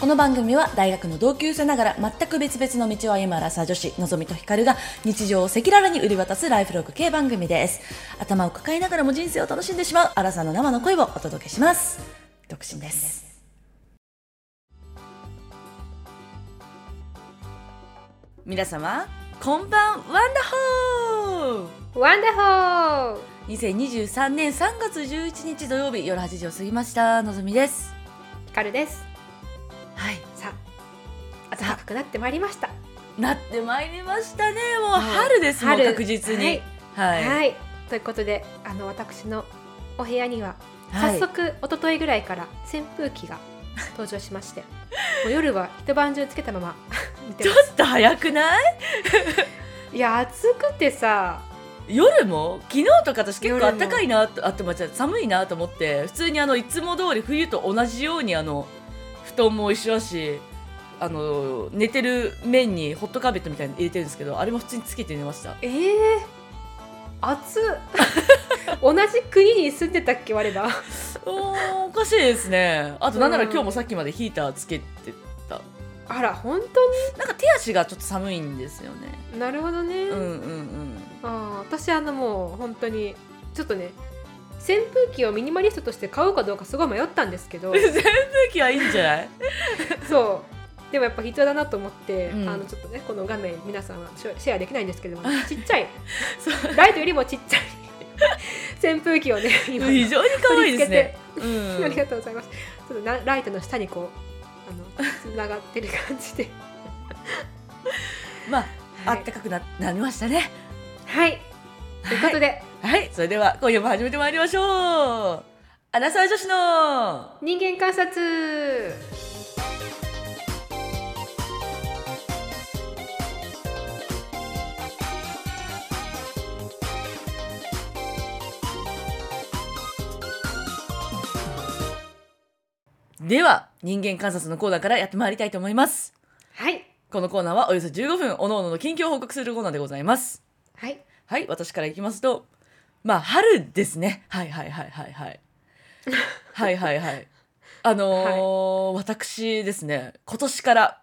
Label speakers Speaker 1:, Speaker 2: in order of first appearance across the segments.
Speaker 1: この番組は大学の同級生ながら全く別々の道を歩むアラサー女子のぞみとひかるが日常を赤裸々に売り渡すライフログ系番組です頭を抱えながらも人生を楽しんでしまうアラサーの生の声をお届けします独身です皆様こんばんワンダホー
Speaker 2: ワンダホー
Speaker 1: 2023年3月11日土曜日夜8時を過ぎましたのぞみです
Speaker 2: ひかるです
Speaker 1: はい
Speaker 2: さあ暖かくなってまいりました
Speaker 1: なってまいりましたねもう
Speaker 2: い
Speaker 1: 春ですもん
Speaker 2: 春
Speaker 1: 確実には
Speaker 2: はい、
Speaker 1: い
Speaker 2: はいということであの私のお部屋には
Speaker 1: はい
Speaker 2: 早速、一昨日ぐらいから扇風機が登場しま してもう夜は一晩中つけたまま見て
Speaker 1: ちょ
Speaker 2: ま
Speaker 1: っと早くない
Speaker 2: すいや暑くてさ
Speaker 1: 夜も昨日とか私結構暖かいなとあとまあ寒いなと思って普通にあのいつも通り冬と同じようにあの布団も一緒だしあの寝てる面にホットカーペットみたいに入れてるんですけどあれも普通につけて寝ました
Speaker 2: えー、暑っ 同じ国に住んでたっけ我ら
Speaker 1: おーおかしいですねあとなんなら
Speaker 2: うん
Speaker 1: 今日もさっきまでヒーターつけてた
Speaker 2: あら本当
Speaker 1: なんか手足がちょっと寒いんですよね
Speaker 2: になるほどね、
Speaker 1: うんうんうん
Speaker 2: ああ私あのもう本当にちょっとね扇風機をミニマリストとして買うかどうかすごい迷ったんで すけど
Speaker 1: 扇風機はいいんじゃない
Speaker 2: そうでもやっぱ必要だなと思って、
Speaker 1: うん
Speaker 2: あのちょっとねこの画面皆さんはシェシェアできないんですけどもちっちゃい
Speaker 1: そう
Speaker 2: ライトよりもちっちゃい扇風 機をね今
Speaker 1: 非常に可愛いですね。
Speaker 2: あり
Speaker 1: う
Speaker 2: がとうございますちょっとなライトの下にこうあのつながってる感じで
Speaker 1: ん、まあ、 あ
Speaker 2: はい
Speaker 1: ったかくななりましたね。
Speaker 2: はいということで
Speaker 1: はい、それでは今夜も始めてまいりましょう。アナサー女子の。
Speaker 2: 人間観察
Speaker 1: では、人間観察のコーナーからやってまいりたいと思います。
Speaker 2: はい
Speaker 1: このコーナーはおよそ15分、おのおのの近況を報告するコーナーでございます。
Speaker 2: はい
Speaker 1: はい、私からいきますと、まあ、春ですね。はいはいはいはい はい。はいはいはい。あのー私ですね、今年から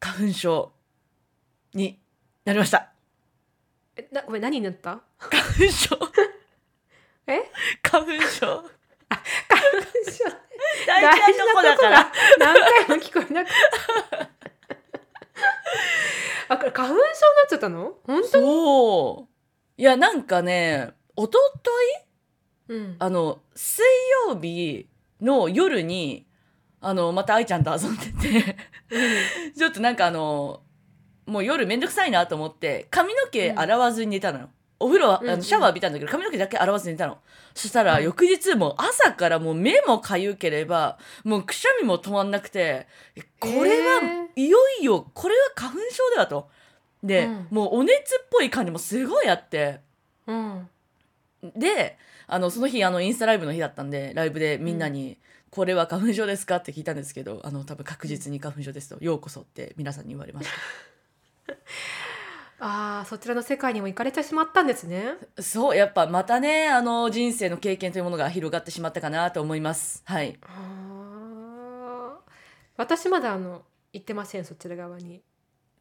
Speaker 1: 花粉症になりました。
Speaker 2: えなごめん何になった
Speaker 1: 花粉 症
Speaker 2: え
Speaker 1: 花粉 症 大
Speaker 2: 大
Speaker 1: 事な
Speaker 2: 事な
Speaker 1: と
Speaker 2: と
Speaker 1: こ
Speaker 2: こ
Speaker 1: だ
Speaker 2: だ
Speaker 1: か
Speaker 2: からら。何回も聞こえなか った。あ、これ花粉症になっちゃったの？本当？
Speaker 1: そう。いや、なんかね、おととい
Speaker 2: うん。
Speaker 1: あの、水曜日の夜に、あの、また愛ちゃんと遊んでて、ちょっとなんかあの、もう夜めんどくさいなと思って、髪の毛洗わずに寝たのよ。お風呂、あ
Speaker 2: うんう
Speaker 1: の
Speaker 2: ん
Speaker 1: シャワー浴びたんだけど、髪の毛だけ洗わずに寝たの。そしたら、
Speaker 2: うん
Speaker 1: 翌日もう朝からもう目もかゆければ、もうくしゃみも止まんなくて、えこれは、いよいよ、これは花粉症だと。で、
Speaker 2: うん
Speaker 1: もうお熱っぽい感じもすごいあって、
Speaker 2: えーうん。
Speaker 1: であのその日あのインスタライブの日だったんでライブでみんなに「これは花粉症ですか?」って聞いたんですけどあの多分確実に花粉症ですと「ようこそ」って皆さんに言われまし
Speaker 2: ああ、そちらの世界にも行かれてしまったんですね。
Speaker 1: たそうやっぱまたねあの人生の経験というものが広がってしまったかなと思いますはい
Speaker 2: ああ。私まだあの行ってませんそちら側に。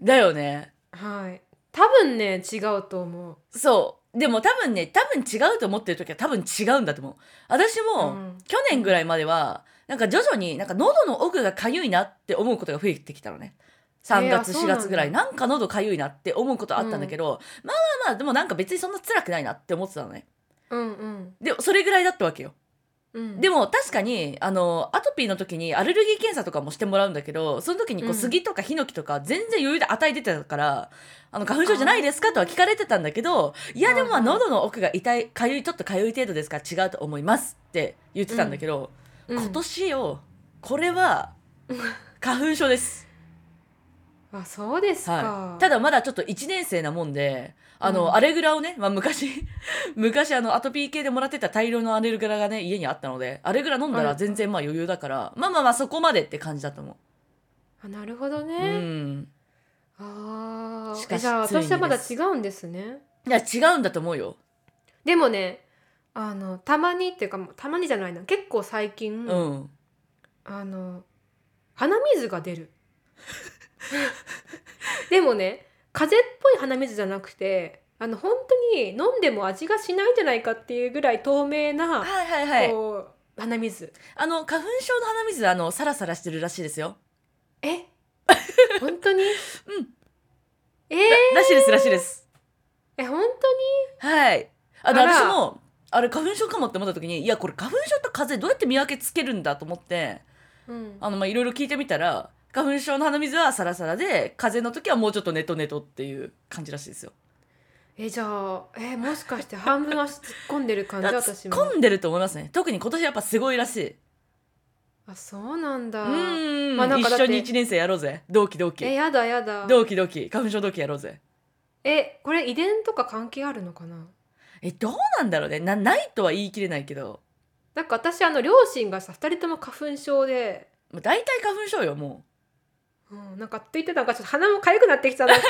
Speaker 1: だよね
Speaker 2: はい。多分ね違うと思う。
Speaker 1: そうでも多分ね多分違うと思ってる時は多分違うんだと思う私も、
Speaker 2: うん
Speaker 1: 去年ぐらいまではなんか徐々になんか喉の奥が痒いなって思うことが増えてきたのね3
Speaker 2: えーあ
Speaker 1: 月
Speaker 2: そ
Speaker 1: 4
Speaker 2: うなんだ
Speaker 1: 月ぐらいなんか喉痒いなって思うことあったんだけど、まあまあまあでもなんか別にそんな辛くないなって思ってたのね
Speaker 2: うんうん
Speaker 1: でそれぐらいだったわけよ
Speaker 2: うん。
Speaker 1: で
Speaker 2: も
Speaker 1: も確かにあのアトピーの時にアレルギー検査とかもしてもらうんだけどその時にこう
Speaker 2: うん
Speaker 1: 杉とかヒノキとか全然余裕で値出てたから「あの花粉症じゃないですか?」とは聞かれてたんだけど「いやでもまあ
Speaker 2: はいはい
Speaker 1: 喉の奥が痛いかゆいちょっとかゆい程度ですから違うと思います」って言ってたんだけど、今年をこれは花粉症です、
Speaker 2: あそうですか。
Speaker 1: はい、ただまだちょっと1年生なもんであの、
Speaker 2: うん
Speaker 1: アレグラをね、まあ、昔 昔あのアトピー系でもらってた大量のアレグラがね家にあったのでアレグラ飲んだら
Speaker 2: はい
Speaker 1: 全然まあ余裕だから、まあまあまあそこまでって感じだと思
Speaker 2: あなるほど
Speaker 1: う、
Speaker 2: ね。
Speaker 1: うん
Speaker 2: あ
Speaker 1: し
Speaker 2: あ。
Speaker 1: かし
Speaker 2: じゃあ
Speaker 1: ついに
Speaker 2: 私はまだ
Speaker 1: です
Speaker 2: 違うんですね。
Speaker 1: いや違うんだと思うよ
Speaker 2: でもねあのたまにっていうかもうたまにじゃないな結構最近、
Speaker 1: うん、
Speaker 2: あの鼻水が出 るでもね風邪っぽい鼻水じゃなくてあの本当に飲んでも味がしないんじゃないかっていうぐらい透明な、
Speaker 1: はいはいはい。
Speaker 2: こう鼻水
Speaker 1: あの、花粉症の鼻水、あの、サラサラしてるらしいですよ。
Speaker 2: え本当に
Speaker 1: うん
Speaker 2: え
Speaker 1: ららしいです、らしいです。
Speaker 2: ー、え本
Speaker 1: はい。あの、
Speaker 2: あら
Speaker 1: 私も、あれ、花粉症かもって思った時に、いや、これ花粉症と風邪どうやって見分けつけるんだと思って、
Speaker 2: 当に、うん、
Speaker 1: あの、まあ、いろいろ聞いてみたら、花粉症の鼻水はサラサラで、風邪の時はもうちょっとネトネトっていう感じらしいですよ。
Speaker 2: えじゃあえもしかして半分足突っ込んでる感じ
Speaker 1: だから突
Speaker 2: 私も
Speaker 1: っ込んでると思いますね。特に今年やっぱすごいらしい。
Speaker 2: あそうなん
Speaker 1: う
Speaker 2: だ
Speaker 1: ーん、
Speaker 2: まあなんかだ
Speaker 1: 一
Speaker 2: っ
Speaker 1: 緒
Speaker 2: て
Speaker 1: に1年生やろうぜ。同期同
Speaker 2: え
Speaker 1: 期。
Speaker 2: やだやだ
Speaker 1: 同期同期。花粉症同期やろうぜ。
Speaker 2: えこれ遺伝とか関係あるのかな
Speaker 1: え、どうなんだろうね。な、ないとは言い切れないけど。
Speaker 2: なんか私あの両親がさ2人とも花粉症で、
Speaker 1: まあ、大体花粉症よ、も
Speaker 2: うん、なんかって言ってたのかちょっと鼻も痒くなって きたなんか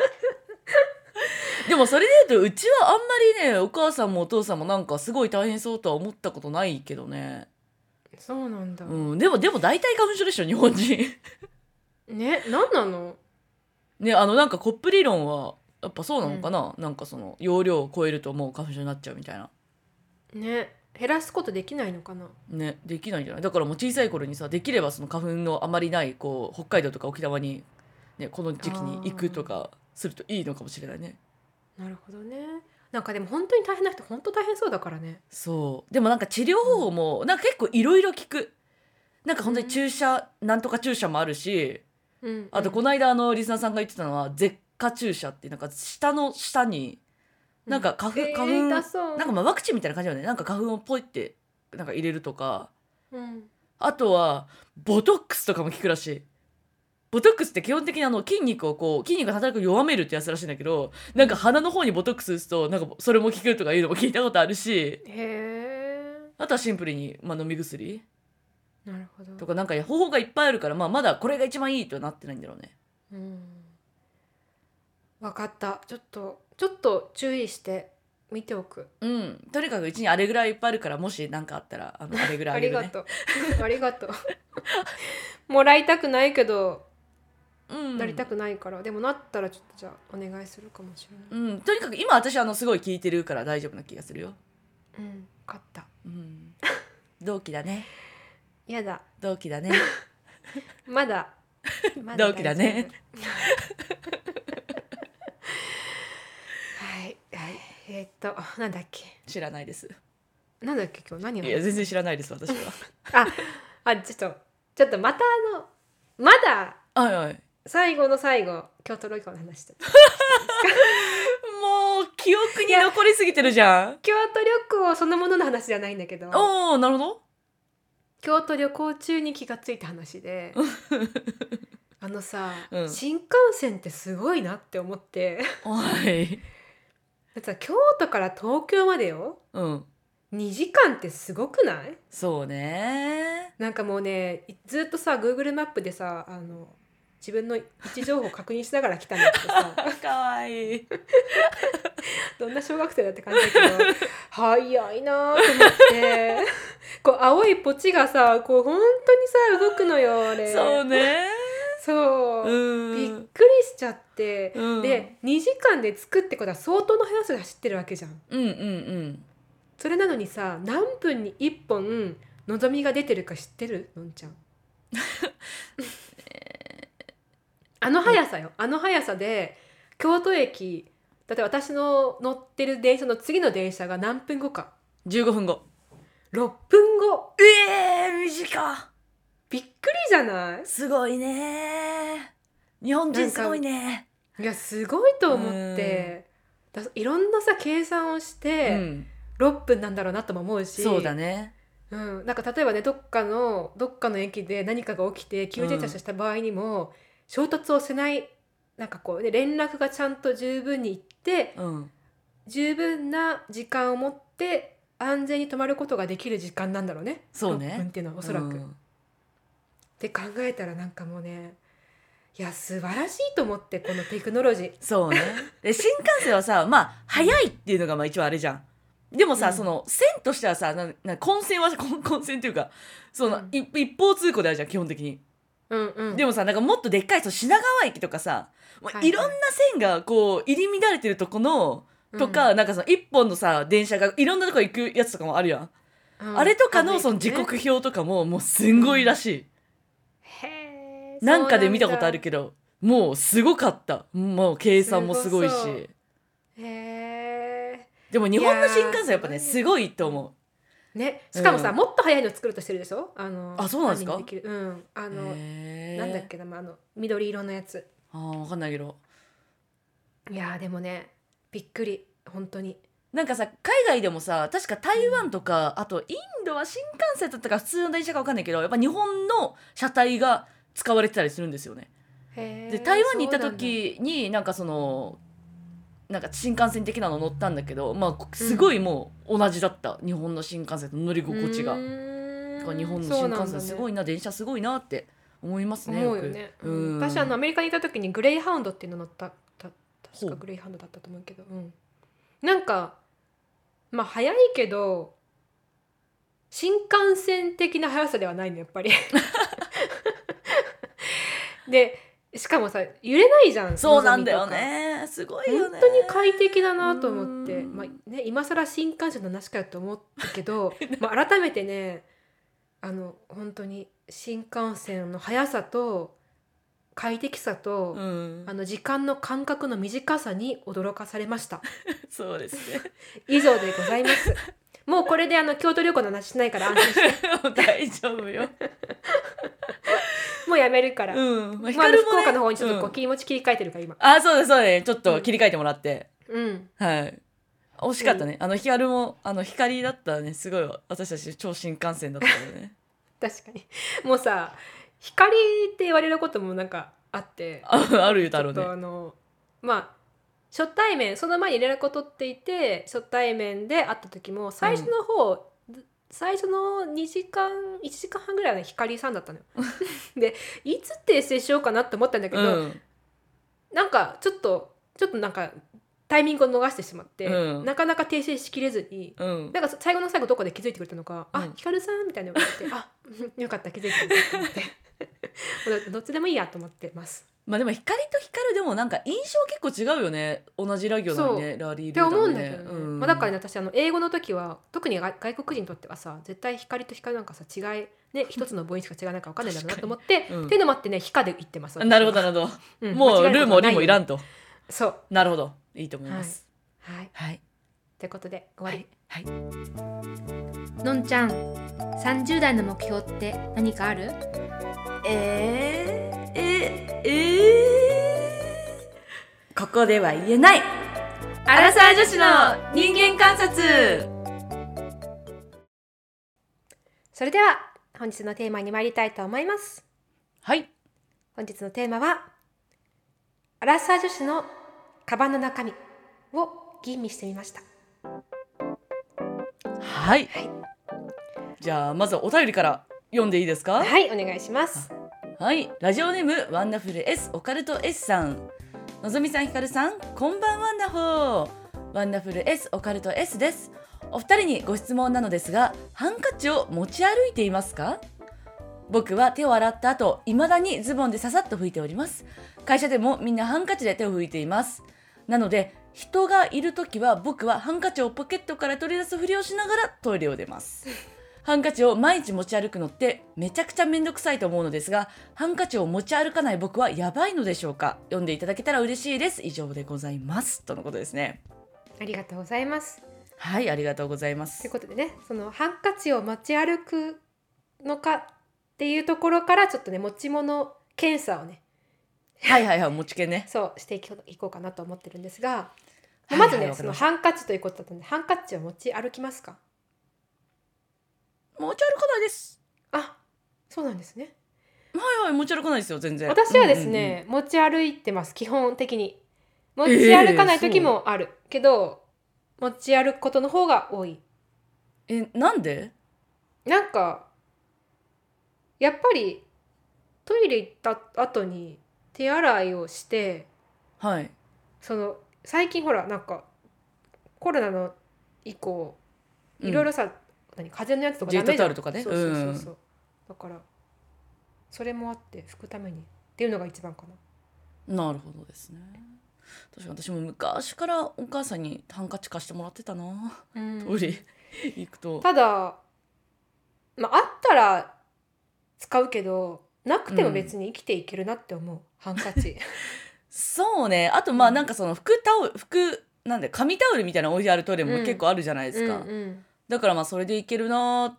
Speaker 1: う。でもそれで言うと、うちはあんまりね、お母さんもお父さんもなんかすごい大変そうとは思ったことないけどね。
Speaker 2: そうなんだ、
Speaker 1: うん、でも、でも大体花粉症でしょ、日本人。
Speaker 2: ねなんなの
Speaker 1: ね、あの、なんかコップ理論は、やっぱそうなのかな、なんかその、容量を超えるともう花粉症になっちゃうみたいな。
Speaker 2: ね減らすことできないのかな
Speaker 1: ね、できないんじゃないだからもう小さい頃にさできればその花粉のあまりないこう北海道とか沖縄に、ね、この時期に行くとかするといいのかもしれないね
Speaker 2: なるほどねなんかでも本当に大変な人本当大変そうだからね
Speaker 1: そうでもなんか治療方法もなんか結構いろいろ聞くなんか本当に注射、なんとか注射もあるし
Speaker 2: うん
Speaker 1: あとこの間あのリスナーさんが言ってたのは舌下注射ってなんか下の下になんか花粉
Speaker 2: えー
Speaker 1: 花粉
Speaker 2: 痛そう
Speaker 1: なんかまあワクチンみたいな感じだよねなんか花粉をポイってなんか入れるとか
Speaker 2: うん
Speaker 1: あとはボトックスとかも効くらしい。ボトックスって基本的にあの筋肉をこう筋肉が働く弱めるってやつらしいんだけどなんか鼻の方にボトックス打つとなんかそれも効くとかいうのも聞いたことあるし
Speaker 2: へえ
Speaker 1: あとはシンプルに、まあ、飲み薬
Speaker 2: なるほど
Speaker 1: とかなんか方法がいっぱいあるから、まあ、まだこれが一番いいとはなってないんだろうね
Speaker 2: うんわかったちょっとちょっと注意して見ておく
Speaker 1: うんとにかくうちにあれぐらいいっぱいあるからもし何かあったらあのあれぐらい
Speaker 2: あ
Speaker 1: あげ
Speaker 2: り
Speaker 1: る
Speaker 2: が
Speaker 1: ね
Speaker 2: とう ありがとう もらいたくないけど
Speaker 1: うん
Speaker 2: なりたくないから、でもなったらちょっとじゃあお願いするかもしれ
Speaker 1: う
Speaker 2: ない
Speaker 1: んとにかく今私あのすごい効いてるから大丈夫な気がするよ
Speaker 2: うん、勝った
Speaker 1: うん 同期だね
Speaker 2: やだ
Speaker 1: 同期だね
Speaker 2: まだま
Speaker 1: 同期だね
Speaker 2: 大丈 夫はいはいえーっとなんだっけ
Speaker 1: 知らないです
Speaker 2: なんだっけ今日何を
Speaker 1: いや全然知らないです私は
Speaker 2: ああちょっとちょっとまたあのまだ
Speaker 1: はいはい
Speaker 2: 最後の最後京都ロイコの話してた
Speaker 1: もう記憶に残りすぎてるじゃん
Speaker 2: 京都旅行そのものの話じゃないんだけど
Speaker 1: おおなるほど
Speaker 2: 京都旅行中に気がついた話であのさ、
Speaker 1: うん
Speaker 2: 新幹線ってすごいなって思って
Speaker 1: はい
Speaker 2: だってさ京都から東京までよ
Speaker 1: うん
Speaker 2: 2時間ってすごくない
Speaker 1: そうね
Speaker 2: なんかもうねいずっとさ Google マップでさあの自分の位置情報を確認しながら来たんだけど さ
Speaker 1: かわいい
Speaker 2: どんな小学生だって感じだけど早いなーと思って こう青いポチがさこう本当にさ動くのよあれ
Speaker 1: そうね
Speaker 2: そう
Speaker 1: うん
Speaker 2: びっくりしちゃって、
Speaker 1: うん
Speaker 2: で2時間で着くってことは相当の速さで走ってるわけじゃん
Speaker 1: うんうんうん
Speaker 2: それなのにさ何分に1本のぞみが出てるか知ってるの んちゃんあの速さよあの速さで京都駅だって私の乗ってる電車の次の電車が何分後か
Speaker 1: 15分後
Speaker 2: 6分後
Speaker 1: ええ短
Speaker 2: びっくりじゃない
Speaker 1: すごいね日本人すごいね
Speaker 2: いやすごいと思ってだいろんなさ計算をし
Speaker 1: う
Speaker 2: て、
Speaker 1: ん
Speaker 2: 6分なんだろうなとも思うし
Speaker 1: そうだね
Speaker 2: うん、なんか例えばねどっかのどっかの駅で何かが起きて急停車した場合にも、衝突をせないなんかこう、ね、連絡がちゃんと十分に行って
Speaker 1: うん
Speaker 2: 十分な時間を持って安全に止まることができる時間なんだろうね
Speaker 1: そうね
Speaker 2: 6分っていうのはおそらく。
Speaker 1: う
Speaker 2: っ
Speaker 1: ん
Speaker 2: て考えたらなんかもうねいや素晴らしいと思ってこのテクノロジー。
Speaker 1: そうね。で新幹線はさまあ早いっていうのがまあ一応あれじゃん。でもさ、
Speaker 2: うん
Speaker 1: その線 としてはさなな混線は混混線というかその、
Speaker 2: うん
Speaker 1: い一方通行であるじゃん基本的に。
Speaker 2: うんうん
Speaker 1: でもさなんかもっとでっかいそう品川駅とかさ、まあ
Speaker 2: はい
Speaker 1: いろんな線がこう入り乱れてるとこのとか、なんかその一本のさ電車がいろんなとこ行くやつとかもあるやん、
Speaker 2: うんうん
Speaker 1: あれとかの
Speaker 2: 寒い
Speaker 1: その時
Speaker 2: ね
Speaker 1: 刻表とかももうすんごいらしい、
Speaker 2: へー
Speaker 1: なんかで見たことある
Speaker 2: ど
Speaker 1: けどもうすごかったもう計算もすごいし
Speaker 2: すごそうへえ
Speaker 1: でも日本の新幹線やっぱ
Speaker 2: い
Speaker 1: ね
Speaker 2: やー
Speaker 1: すごいと思
Speaker 2: ねしかもさ、
Speaker 1: うん
Speaker 2: もっと早いの作るとしてるでしょあの
Speaker 1: あそうなんですか
Speaker 2: 何にきるうんあ
Speaker 1: う
Speaker 2: の
Speaker 1: へー
Speaker 2: なんだっけな、まあ、あの緑色のやつ
Speaker 1: あーわかんないけど
Speaker 2: いやーでもねびっくり本当に
Speaker 1: なんかさ海外でもさ確か台湾とかあとインドは新幹線だったか普通の電車か分かんないけどやっぱ日本の車体が使われてたりするんですよね。
Speaker 2: へー
Speaker 1: で台湾に行った
Speaker 2: そうなんだ
Speaker 1: 時になんかそのなんか新幹線的なの乗ったんだけど、まあ、すごいもう同じだった、日本の新幹線と乗り心地が。
Speaker 2: う
Speaker 1: だ
Speaker 2: ーん
Speaker 1: から日本の新幹線すご
Speaker 2: い
Speaker 1: いな電車すごいなって思いますね。
Speaker 2: 思うよ
Speaker 1: く
Speaker 2: ね、
Speaker 1: うん
Speaker 2: 私あのアメリカにいた時にグレイハウンドっていうの乗ったた
Speaker 1: ほ
Speaker 2: 確
Speaker 1: う
Speaker 2: かグレイハウンドだったと思うけど、うん、なんかまあ早いけど新幹線的な速さではないのやっ ぱりでしかもさ揺れないじゃん
Speaker 1: そうなんだよ
Speaker 2: のぞみとか
Speaker 1: ねすごいよ
Speaker 2: 本
Speaker 1: ね。
Speaker 2: 当に快適だなと思って、
Speaker 1: うん
Speaker 2: まあね、今更新幹線の話かよと思った けどまあ改めてねあの本当に新幹線の速さと快適さと、
Speaker 1: うん
Speaker 2: あ、の時間の間隔の短さに驚かされました
Speaker 1: そうですね。
Speaker 2: 以上でございますもうこれであの京都旅行の話 しないから安心して
Speaker 1: 大丈夫よ。
Speaker 2: もうやめるから、
Speaker 1: うん。まあ
Speaker 2: まあ、あ
Speaker 1: 光も
Speaker 2: の
Speaker 1: ね
Speaker 2: 福岡の方にちょっとこ
Speaker 1: う
Speaker 2: うん切り持ち切り替えてるから今
Speaker 1: あ、そうだそうだね。ちょっと切り替えてもらって。
Speaker 2: うん
Speaker 1: はい。惜しかったね。あの、ヒカルも、あの、光だったらね、すごい、私たち超新幹線だったよね。
Speaker 2: 確かにもうさ光って言われることもなんかあって
Speaker 1: ああるよ、だろう
Speaker 2: ちょっと
Speaker 1: ね。
Speaker 2: あのまあ初対面その前に連絡を取っていて初対面で会った時も最初の方、ず最初の2時間1時間半ぐらいはね光さんだったのよ。 でいつ訂正しようかなって思 ったんだけ
Speaker 1: う
Speaker 2: ど、
Speaker 1: ん。
Speaker 2: なんかちょっとちょっとなんかタイミングを逃してしまって、
Speaker 1: うん
Speaker 2: なかなか訂正しきれずに。
Speaker 1: うん。
Speaker 2: なんか最後の最後どこで気づいてくれたのか「
Speaker 1: う
Speaker 2: あ
Speaker 1: ん
Speaker 2: ひかるさん」みたいなの言わ れて「あうんよかった気づいてくれた」と思ってもうどっちでもいいやと思ってます。
Speaker 1: まあでも、光と光でもなんか印象結構違うよね。同じラ行なのにね、ラリール
Speaker 2: って
Speaker 1: ー
Speaker 2: 思う
Speaker 1: の
Speaker 2: ん
Speaker 1: に
Speaker 2: だ
Speaker 1: ね
Speaker 2: けどね、まあ、だからね私あの英語の時は特に外外国人にとってはさ絶対光と光なんかさ違い、 ね、一つの母音しか違いなんか分かんないだろうなと思って、
Speaker 1: うん
Speaker 2: っていうのもあってね光で言ってます
Speaker 1: うん なるほど、
Speaker 2: 私
Speaker 1: な
Speaker 2: は
Speaker 1: るほ
Speaker 2: う
Speaker 1: ど。
Speaker 2: ん
Speaker 1: もう、
Speaker 2: 間違
Speaker 1: ル
Speaker 2: える
Speaker 1: ー
Speaker 2: こ
Speaker 1: も
Speaker 2: とは
Speaker 1: リ
Speaker 2: ないよ
Speaker 1: もいらんと。
Speaker 2: そう
Speaker 1: なるほど。いいと思います。
Speaker 2: はい
Speaker 1: はい。
Speaker 2: ということで終
Speaker 1: は
Speaker 2: わり
Speaker 1: い。、はい。
Speaker 2: のんちゃん30代の目標って何かある
Speaker 1: えー、ええー、ここでは言えないアラサー女子の人間観察
Speaker 2: それでは本日のテーマに参りたいと思います
Speaker 1: はい
Speaker 2: 本日のテーマはアラサー女子のカバンの中身を吟味してみました
Speaker 1: はい、
Speaker 2: はい
Speaker 1: じゃあまずはお便りから読んでいいですか
Speaker 2: はいお願いします
Speaker 1: はいラジオネームワンダフル S オカルト S さんのぞみさんひかるさんこんばんワンダホーワンダフル S オカルト S ですお二人にご質問なのですがハンカチを持ち歩いていますか僕は手を洗った後未だにズボンでささっと拭いております会社でもみんなハンカチで手を拭いていますなので人がいる時は僕はハンカチをポケットから取り出すふりをしながらトイレを出ますハンカチを毎日持ち歩くのってめちゃくちゃめんどくさいと思うのですがハンカチを持ち歩かない僕はやばいのでしょうか読んでいただけたら嬉しいです以上でございますとのことですね
Speaker 2: ありがとうございます
Speaker 1: はいありがとうございま
Speaker 2: とい
Speaker 1: す
Speaker 2: うことでねそのハンカチを持ち歩くのかっていうところからちょっとね持ち物検査をね
Speaker 1: はいはいはい持ち券ね
Speaker 2: そうしていこういこうかなと思ってるんですが、
Speaker 1: はい
Speaker 2: まずね、
Speaker 1: はいわか
Speaker 2: そ
Speaker 1: り
Speaker 2: の
Speaker 1: まし
Speaker 2: ハンカチということだったんでハンカチを持ち歩きますか
Speaker 1: 持ち歩かないです
Speaker 2: あそうなんですね
Speaker 1: はいはい持ち歩かないですよ全然
Speaker 2: 私はで
Speaker 1: う
Speaker 2: す
Speaker 1: んうんうん
Speaker 2: ね、持ち歩いてます基本的に持ち歩かない時もある、けど持ち歩くことの方が多い
Speaker 1: えなんで
Speaker 2: なんかやっぱりトイレ行った後に手洗いをして
Speaker 1: はい
Speaker 2: その最近ほらなんかコロナの以降いろいろさ、何風邪のやつとか
Speaker 1: ジェット
Speaker 2: ダメじ
Speaker 1: タ
Speaker 2: ゃん
Speaker 1: オルとかね
Speaker 2: そうそうそうそうだからそれもあって拭くためにっていうのが一番かな
Speaker 1: なるほどですね確かに私も昔からお母さんにハンカチ貸してもらってたな、 トイレ行くと
Speaker 2: ただまああったら使うけどなくても別に生きていけるなって思う、ハンカチ
Speaker 1: そうねあとまあ
Speaker 2: うん
Speaker 1: なんかその服タオル服なんで紙タオルみたいなの置いてあるトイレも
Speaker 2: うん
Speaker 1: 結構あるじゃない ですか、
Speaker 2: うんうん
Speaker 1: だからまあそれでいけるな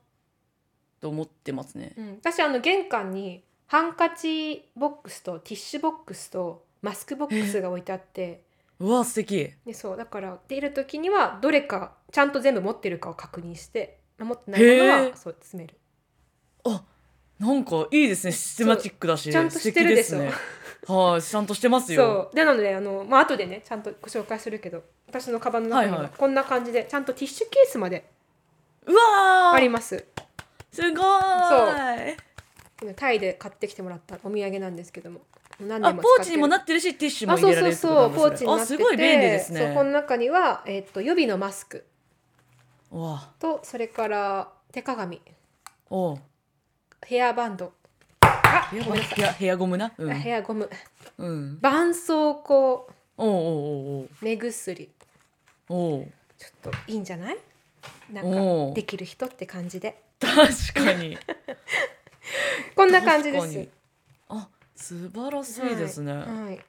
Speaker 1: と思ってますね
Speaker 2: うん私あの玄関にハンカチボックスとティッシュボックスとマスクボックスが置いてあって
Speaker 1: うわ素敵
Speaker 2: でそうだから出る時にはどれかちゃんと全部持ってるかを確認してまあ持ってないもの
Speaker 1: へえ
Speaker 2: はそう詰める
Speaker 1: あなんかいいですねシステマチックだし
Speaker 2: ちゃんとしてるでし
Speaker 1: 素
Speaker 2: ょ
Speaker 1: 敵ですねはいちゃんとしてますよ
Speaker 2: そうでなのであの、まあ後でねちゃんとご紹介するけど私のカバンの中に
Speaker 1: はいは
Speaker 2: はいこんな感じでちゃんとティッシュケースまで
Speaker 1: うわ
Speaker 2: あり
Speaker 1: ー
Speaker 2: ます
Speaker 1: すごーい
Speaker 2: タイで買ってきてもらったお土産なんですけども何
Speaker 1: あポ
Speaker 2: 年も使
Speaker 1: ー
Speaker 2: っ
Speaker 1: チ
Speaker 2: て
Speaker 1: に
Speaker 2: る
Speaker 1: もなってるしティッシュも
Speaker 2: あ
Speaker 1: 入
Speaker 2: そう
Speaker 1: れら
Speaker 2: そ
Speaker 1: れ
Speaker 2: う
Speaker 1: るって
Speaker 2: そ
Speaker 1: ことなん
Speaker 2: うポー
Speaker 1: ですね
Speaker 2: チになって
Speaker 1: あ
Speaker 2: て
Speaker 1: すごい便利です
Speaker 2: そうこの
Speaker 1: ね
Speaker 2: 中には、えっと予備のマスク
Speaker 1: うわ
Speaker 2: とそれから手鏡
Speaker 1: おう
Speaker 2: ヘアバンドあ
Speaker 1: ヘア
Speaker 2: ご
Speaker 1: ゴ
Speaker 2: め
Speaker 1: ム
Speaker 2: んなさい
Speaker 1: ヘアヘアゴムなうん
Speaker 2: あヘアゴム
Speaker 1: うん
Speaker 2: 絆創膏
Speaker 1: おうおう
Speaker 2: 目薬
Speaker 1: おうおうおう
Speaker 2: ちょっといいんじゃないなん
Speaker 1: お
Speaker 2: か
Speaker 1: う
Speaker 2: できる人って感じで
Speaker 1: 確かに
Speaker 2: こんな感じで
Speaker 1: 確か
Speaker 2: す
Speaker 1: にあ素晴らしいですね、
Speaker 2: はい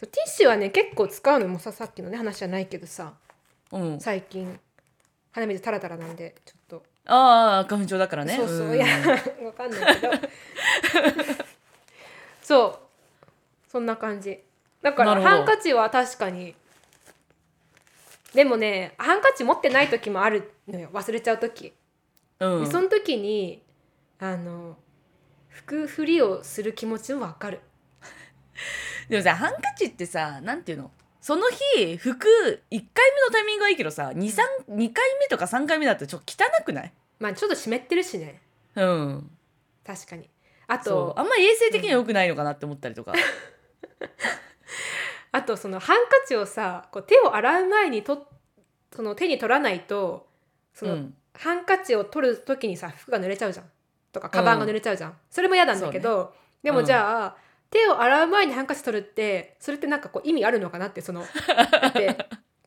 Speaker 2: そうティッシュはね結構使うのもささっきのね話じゃないけどさ
Speaker 1: うん
Speaker 2: 最近鼻水タラタラなんでちょっと
Speaker 1: ああ花粉症だからね
Speaker 2: そうそう、
Speaker 1: ん
Speaker 2: いやわかんないけど そうそんな感じだか
Speaker 1: なる
Speaker 2: ら
Speaker 1: ほど
Speaker 2: ハンカチは確かにでもねハンカチ持ってない時もあるのよ忘れちゃう時、
Speaker 1: うん、
Speaker 2: でその時にあの拭くふりをする気持ちもわかる
Speaker 1: でもさハンカチってさなんていうのその日服1回目のタイミングはいいけどさ 2, 三二回目とか3回目だとちょっと汚くない
Speaker 2: まあちょっと湿ってるしね
Speaker 1: うん
Speaker 2: 確かにあ
Speaker 1: そ
Speaker 2: と
Speaker 1: うあんま衛生的には良くないのかなって思ったりとか、
Speaker 2: あとそのハンカチをさこう手を洗う前にとその手に取らないとそうの、
Speaker 1: ん、
Speaker 2: ハンカチを取る時にさ服が濡れちゃうじゃんとかカバンが濡れちゃうじゃん、それも嫌なんだけど、で
Speaker 1: う
Speaker 2: も
Speaker 1: ん
Speaker 2: じゃあ、手を洗う前にハンカチ取るってそれってなんかこう意味あるのかなってその だって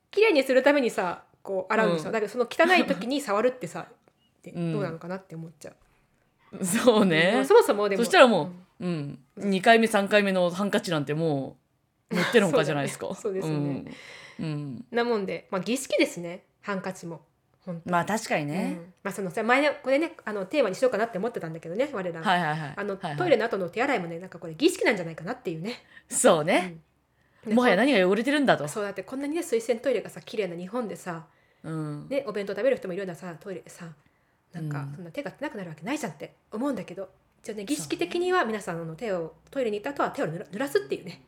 Speaker 2: 綺麗にするためにさこう洗うんでしょ、
Speaker 1: うん
Speaker 2: だけどその汚い時に触るってさって
Speaker 1: うん
Speaker 2: どうなのかなって思っちゃう、
Speaker 1: そうね
Speaker 2: そもそもでも
Speaker 1: そしたらもうん、2回目3回目のハンカチなんてもう持ってるほかじゃないですか
Speaker 2: そうだねそうですよね
Speaker 1: うん、うん
Speaker 2: うんなもんで、まあ、儀式ですねハンカチも本当
Speaker 1: まあ確かに
Speaker 2: う
Speaker 1: ね、
Speaker 2: んまあそのさ前ねこれねあのテーマにしようかなって思ってたんだけどね我ら、
Speaker 1: はいはいはい
Speaker 2: あの、
Speaker 1: はいはい
Speaker 2: トイレの後の手洗いもねなんかこれ儀式なんじゃないかなっていうね
Speaker 1: そうね、
Speaker 2: うん
Speaker 1: もはや何が汚れてるんだと
Speaker 2: そうだってこんなにね水洗トイレがさ綺麗な日本でさ
Speaker 1: うん、
Speaker 2: でお弁当食べる人もいるようなさトイレさなん
Speaker 1: う
Speaker 2: か
Speaker 1: ん
Speaker 2: そんな手がなくなるわけないじゃんって思うんだけど一応ね儀式的には皆さんあの手をトイレに行った後は手を濡ら濡らすっていうね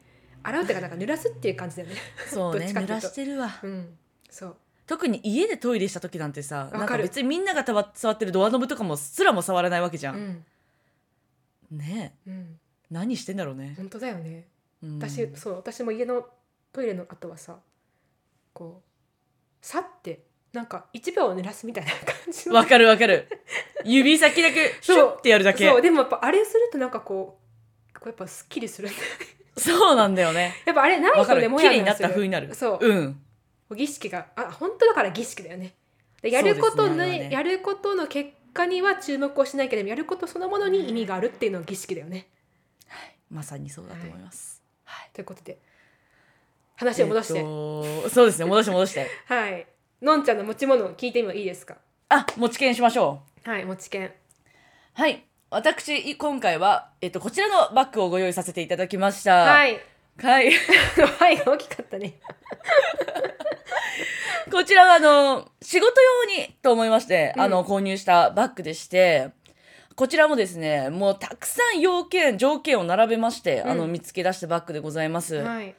Speaker 2: 洗うってかなんか濡らすっていう感じだよね
Speaker 1: そうね
Speaker 2: どっちか
Speaker 1: 濡
Speaker 2: っていうと
Speaker 1: らしてるわ
Speaker 2: うんそう
Speaker 1: 特に家でトイレした時なんてさ
Speaker 2: かる
Speaker 1: なんか別にみんながたわ触ってるドアノブとかもすらも触らないわけじゃ、
Speaker 2: うんん
Speaker 1: ねえ
Speaker 2: うん
Speaker 1: 何してんだろうね、
Speaker 2: 本当だよね
Speaker 1: うん
Speaker 2: 私、そう私も家のトイレの後はさこうさってなんか1秒を濡らすみたいな感じの
Speaker 1: わかるわかる指先だけシ
Speaker 2: そう
Speaker 1: ュッてやるだけ
Speaker 2: そ
Speaker 1: そう
Speaker 2: うでもやっぱあれするとなんかこうこうやっぱすっきりするんだよ ね
Speaker 1: なんだよね
Speaker 2: やっぱあれない
Speaker 1: わか
Speaker 2: とね
Speaker 1: る
Speaker 2: も
Speaker 1: 綺
Speaker 2: やも
Speaker 1: 麗にな
Speaker 2: や
Speaker 1: っ
Speaker 2: す
Speaker 1: た
Speaker 2: る
Speaker 1: 風になる、
Speaker 2: そう
Speaker 1: ん、
Speaker 2: 儀式があ本当だから儀式だよねでやるこ
Speaker 1: そう
Speaker 2: との、
Speaker 1: ですねあれはね
Speaker 2: やることの結果には注目をしないけどやることそのものに意味があるっていうのが儀式だよね
Speaker 1: まさにそうだと思います、はい
Speaker 2: ということで話を戻して、
Speaker 1: えっとそうですね戻して戻して
Speaker 2: はいのんちゃんの持ち物を聞いてもいいですか
Speaker 1: あ持ち券しましょう
Speaker 2: はい持ち券
Speaker 1: はい私い今回は、えっと、こちらのバッグをご用意させていただきました、
Speaker 2: はいい
Speaker 1: はい、
Speaker 2: はい大きかったね
Speaker 1: こちらはあの仕事用にと思いまして、
Speaker 2: うん
Speaker 1: あの購入したバッグでしてこちらもですねもうたくさん要件条件を並べまして、
Speaker 2: うん
Speaker 1: あの見つけ出したバッグでございます、
Speaker 2: はい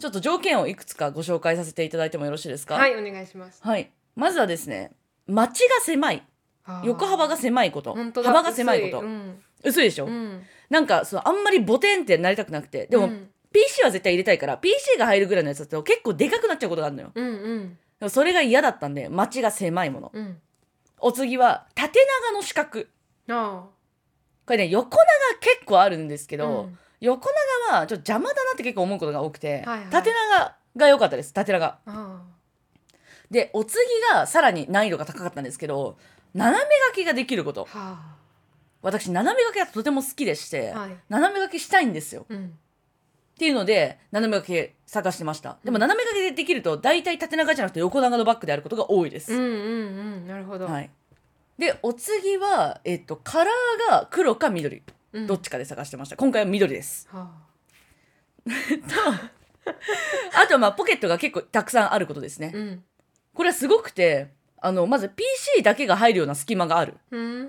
Speaker 1: ちょっと条件をいくつかご紹介させていただいてもよろしいですか、
Speaker 2: はいいお願いします
Speaker 1: はいまずはですね街が狭い横幅が狭いこと
Speaker 2: 本当だ
Speaker 1: 幅が狭いこ
Speaker 2: 薄
Speaker 1: と
Speaker 2: うん
Speaker 1: 薄いでしょ、
Speaker 2: うん
Speaker 1: なんかそのあんまりボテンってなりたくなくてでも、
Speaker 2: うん
Speaker 1: PC は絶対入れたいから PC が入るぐらいのやつだと結構でかくなっちゃうことがあるのよ
Speaker 2: うんうん
Speaker 1: でもそれが嫌だったんで街が狭いもの
Speaker 2: うん
Speaker 1: お次は縦長の四角
Speaker 2: ああ
Speaker 1: これね横長結構あるんですけど、
Speaker 2: うん
Speaker 1: 横長はちょっと邪魔だなって結構思うことが多くて、
Speaker 2: はいはい
Speaker 1: 縦長が良かったです縦長
Speaker 2: あ
Speaker 1: でお次がさらに難易度が高かったんですけど斜め書きができること
Speaker 2: ーは
Speaker 1: 私斜め書きがとても好きでして、
Speaker 2: あはい
Speaker 1: 斜め書きしたいんですよ
Speaker 2: うん
Speaker 1: っていうので斜め書き探してましたで
Speaker 2: う
Speaker 1: も
Speaker 2: ん
Speaker 1: 斜め書きでできると大体縦長じゃなくて横長のバッグであることが多いで
Speaker 2: うん
Speaker 1: す、
Speaker 2: うんうんなるほど、
Speaker 1: はいでお次は、えっと、カラーが黒か緑
Speaker 2: うん
Speaker 1: どっちかで探してました、今回は緑です
Speaker 2: は
Speaker 1: あとまあポケットが結構たくさんあることですね、
Speaker 2: あうん
Speaker 1: これはすごくてあのまず PC だけが入るような隙間がある
Speaker 2: うーん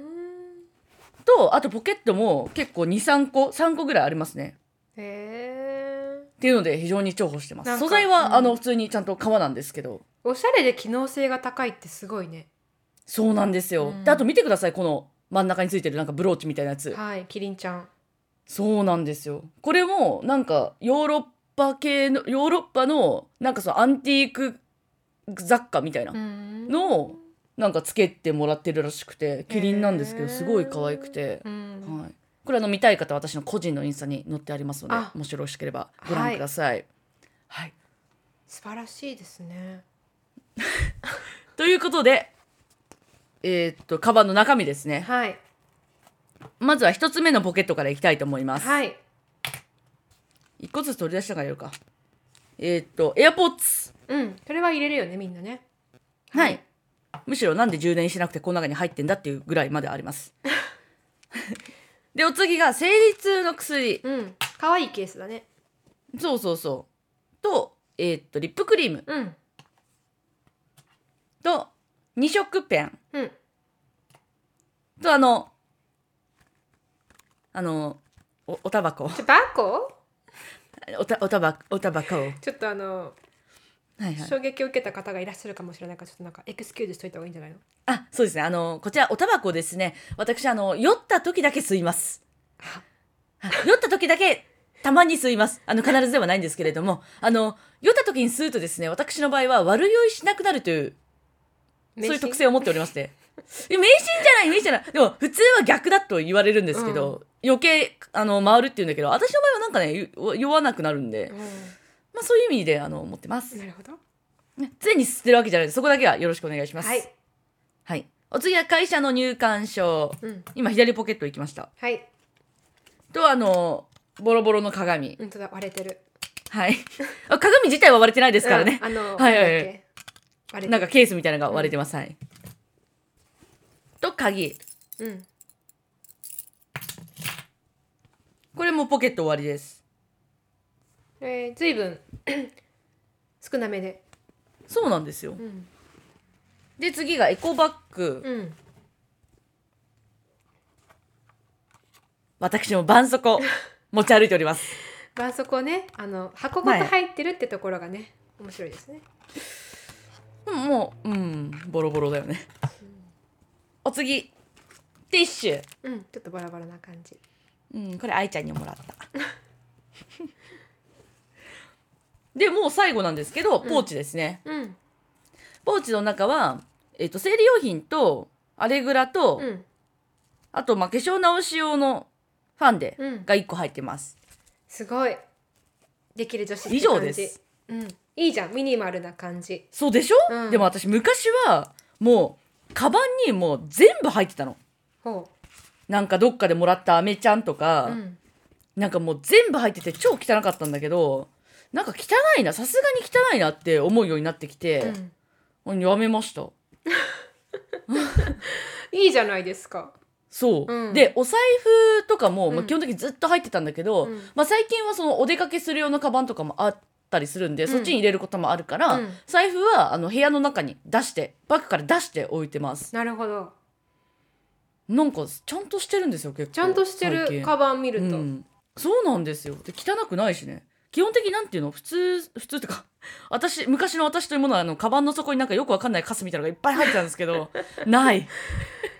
Speaker 1: とあとポケットも結構23個3個ぐらいありますね
Speaker 2: へえ
Speaker 1: っていうので非常に重宝してま
Speaker 2: な
Speaker 1: す
Speaker 2: んか
Speaker 1: 素材は、
Speaker 2: うん
Speaker 1: あの普通にちゃんと革なんですけど
Speaker 2: おしゃれで機能性が高いってすごいね
Speaker 1: そうなんですよ、
Speaker 2: うん
Speaker 1: であと見てくださいこの真ん中についてるなんかブローチみたいなやつ
Speaker 2: はいキリンちゃん
Speaker 1: そうなんですよこれもなんかヨーロッパ系のヨーロッパのなんかそのアンティーク雑貨みたいな、
Speaker 2: うん
Speaker 1: のなんかつけてもらってるらしくてキリンなんですけど、
Speaker 2: へー
Speaker 1: すごい可愛くて
Speaker 2: う、ん
Speaker 1: はい、これあの見たい方は私の個人のインスタに載ってありますので
Speaker 2: あ
Speaker 1: もしよろしければご覧ください。はい、
Speaker 2: 素晴らしいですね
Speaker 1: ということで、えーっとカバンの中身ですね
Speaker 2: はい
Speaker 1: まずは1つ目のポケットからいきたいと思います。
Speaker 2: はい
Speaker 1: 一個ずつ取り出しながらやるか。えーっとエアポッツ
Speaker 2: うんそれは入れるよねみんなね
Speaker 1: はいむしろなんで充電しなくてこの中に入ってんだっていうぐらいまであり ます。でお次が生理痛の薬
Speaker 2: うん可愛いケースだね
Speaker 1: そうそうそう。と、えーっと、リップクリーム
Speaker 2: うん
Speaker 1: と、二色ペン
Speaker 2: うん
Speaker 1: と、あの、あの、お、おたばこ。
Speaker 2: ちょバコ
Speaker 1: おた、おたば、おたばこを。はい
Speaker 2: ちょっとあの
Speaker 1: はい。
Speaker 2: 衝撃を受けた方がいらっしゃるかもしれないからちょっとなんかエクスキューズしといた方がいいんじゃないの
Speaker 1: あ、そうですね。あの、こちら、おたばこですね。私、あの、酔った時だけ吸います。あ酔った時だけ、たまに吸います。あの、必ずではないんですけれども、あの、酔った時に吸うとですね、私の場合は悪酔いしなくなるというそういう特性を持っておりまして。え迷信じゃない迷信じゃないでも普通は逆だと言われるんですけど、余計あの回るっていうんだけど私の場合はなんかね酔酔わなくなるんで、
Speaker 2: う
Speaker 1: まあ、そういう意味であの持ってま
Speaker 2: ん、
Speaker 1: す
Speaker 2: なるほど
Speaker 1: 常に吸ってるわけじゃないですそこだけはよろしくお願いします
Speaker 2: はい、
Speaker 1: はいお次は会社の入館証
Speaker 2: うん、
Speaker 1: 今左ポケット行きました
Speaker 2: はい
Speaker 1: とあのボロボロの鏡
Speaker 2: 本当だ割れてる
Speaker 1: はい あ鏡自体は割れてないですからね
Speaker 2: うん、あの
Speaker 1: はいはいはい
Speaker 2: なんだっけ割れてる
Speaker 1: なんかケースみたいなのが割れてます、はいと鍵
Speaker 2: うん
Speaker 1: これもポケット終わりです
Speaker 2: えー、ずいぶん 少なめで
Speaker 1: そうなんですよ、
Speaker 2: うん
Speaker 1: で次がエコバッグ、
Speaker 2: うん
Speaker 1: 私も絆創 膏持ち歩いております
Speaker 2: ばんそこねあの箱ごと入ってるってところがね面白いですね
Speaker 1: でももううんボロボロだよねお次ティッシュ
Speaker 2: うんちょっとバラバラな感じ
Speaker 1: うんこれ愛ちゃんにもらった でもう最後なんですけどポーチですね、
Speaker 2: うん
Speaker 1: ポーチの中は、えっと生理用品とアレグラと、
Speaker 2: うん
Speaker 1: あとまあ化粧直し用のファンデ
Speaker 2: うん
Speaker 1: が1個入ってます、
Speaker 2: すごいできる女子って感じ
Speaker 1: 以上です
Speaker 2: うんいいじゃんミニマルな感じ
Speaker 1: そうでしょ、
Speaker 2: うん
Speaker 1: でも私昔はもうカバンにもう全部入ってたの
Speaker 2: ほ
Speaker 1: なんかどっかでもらったアメちゃんと
Speaker 2: う
Speaker 1: か、
Speaker 2: うん
Speaker 1: なんかもう全部入ってて超汚かったんだけどなんか汚いなさすがに汚いなって思うようになってき
Speaker 2: う
Speaker 1: て、
Speaker 2: ん
Speaker 1: うんやめました
Speaker 2: いいじゃないですか
Speaker 1: そう、
Speaker 2: うん
Speaker 1: でお財布とかも、ま
Speaker 2: う
Speaker 1: あ、
Speaker 2: ん
Speaker 1: 基本的にずっと入ってたんだけど、
Speaker 2: うん
Speaker 1: まあ、最近はそのお出かけする用のカバンとかもあったりするんで、
Speaker 2: ん
Speaker 1: そっちに入れることもあるから、
Speaker 2: うん
Speaker 1: 財布はあの部屋の中に出してバッグから出して置いてます
Speaker 2: なるほど
Speaker 1: なんかちゃんとしてるんですよ結構
Speaker 2: ちゃんとして
Speaker 1: 最近
Speaker 2: るカバン見ると、
Speaker 1: うん、そうなんですよで汚くないしね基本的になんていうの普通普通ってか 私昔の私というものはあのカバンの底になんかよくわかんないカスみたいなのがいっぱい入ってたんですけどないやっ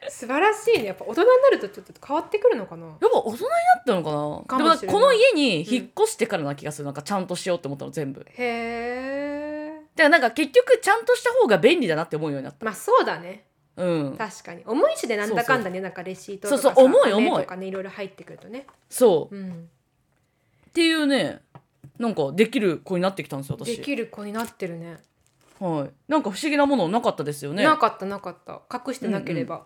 Speaker 2: 素晴らしいねやっぱ大人になるとちょっと変わってくるのかな
Speaker 1: ぱ大人になったのか
Speaker 2: か
Speaker 1: な
Speaker 2: もしれない
Speaker 1: でもこの家に引っ越してからな気がする、なんかちゃんとしようって思ったの全部だか
Speaker 2: へえ
Speaker 1: らなんか結局ちゃんとした方が便利だなって思うようになった
Speaker 2: まあそうだね
Speaker 1: うん、
Speaker 2: 確かに重いしでなんだかんだねなんかレシートとか
Speaker 1: そ
Speaker 2: さ
Speaker 1: うそう重い
Speaker 2: 紙
Speaker 1: 重い
Speaker 2: とかねいろいろ入ってくるとね、
Speaker 1: そうう。
Speaker 2: ん、
Speaker 1: っていうね、なんかできる子になってきたんですよ、
Speaker 2: で
Speaker 1: 私。
Speaker 2: きる子になってるね
Speaker 1: はい。なんか不思議なものなかったですよね。
Speaker 2: なかったなかった隠してなければ、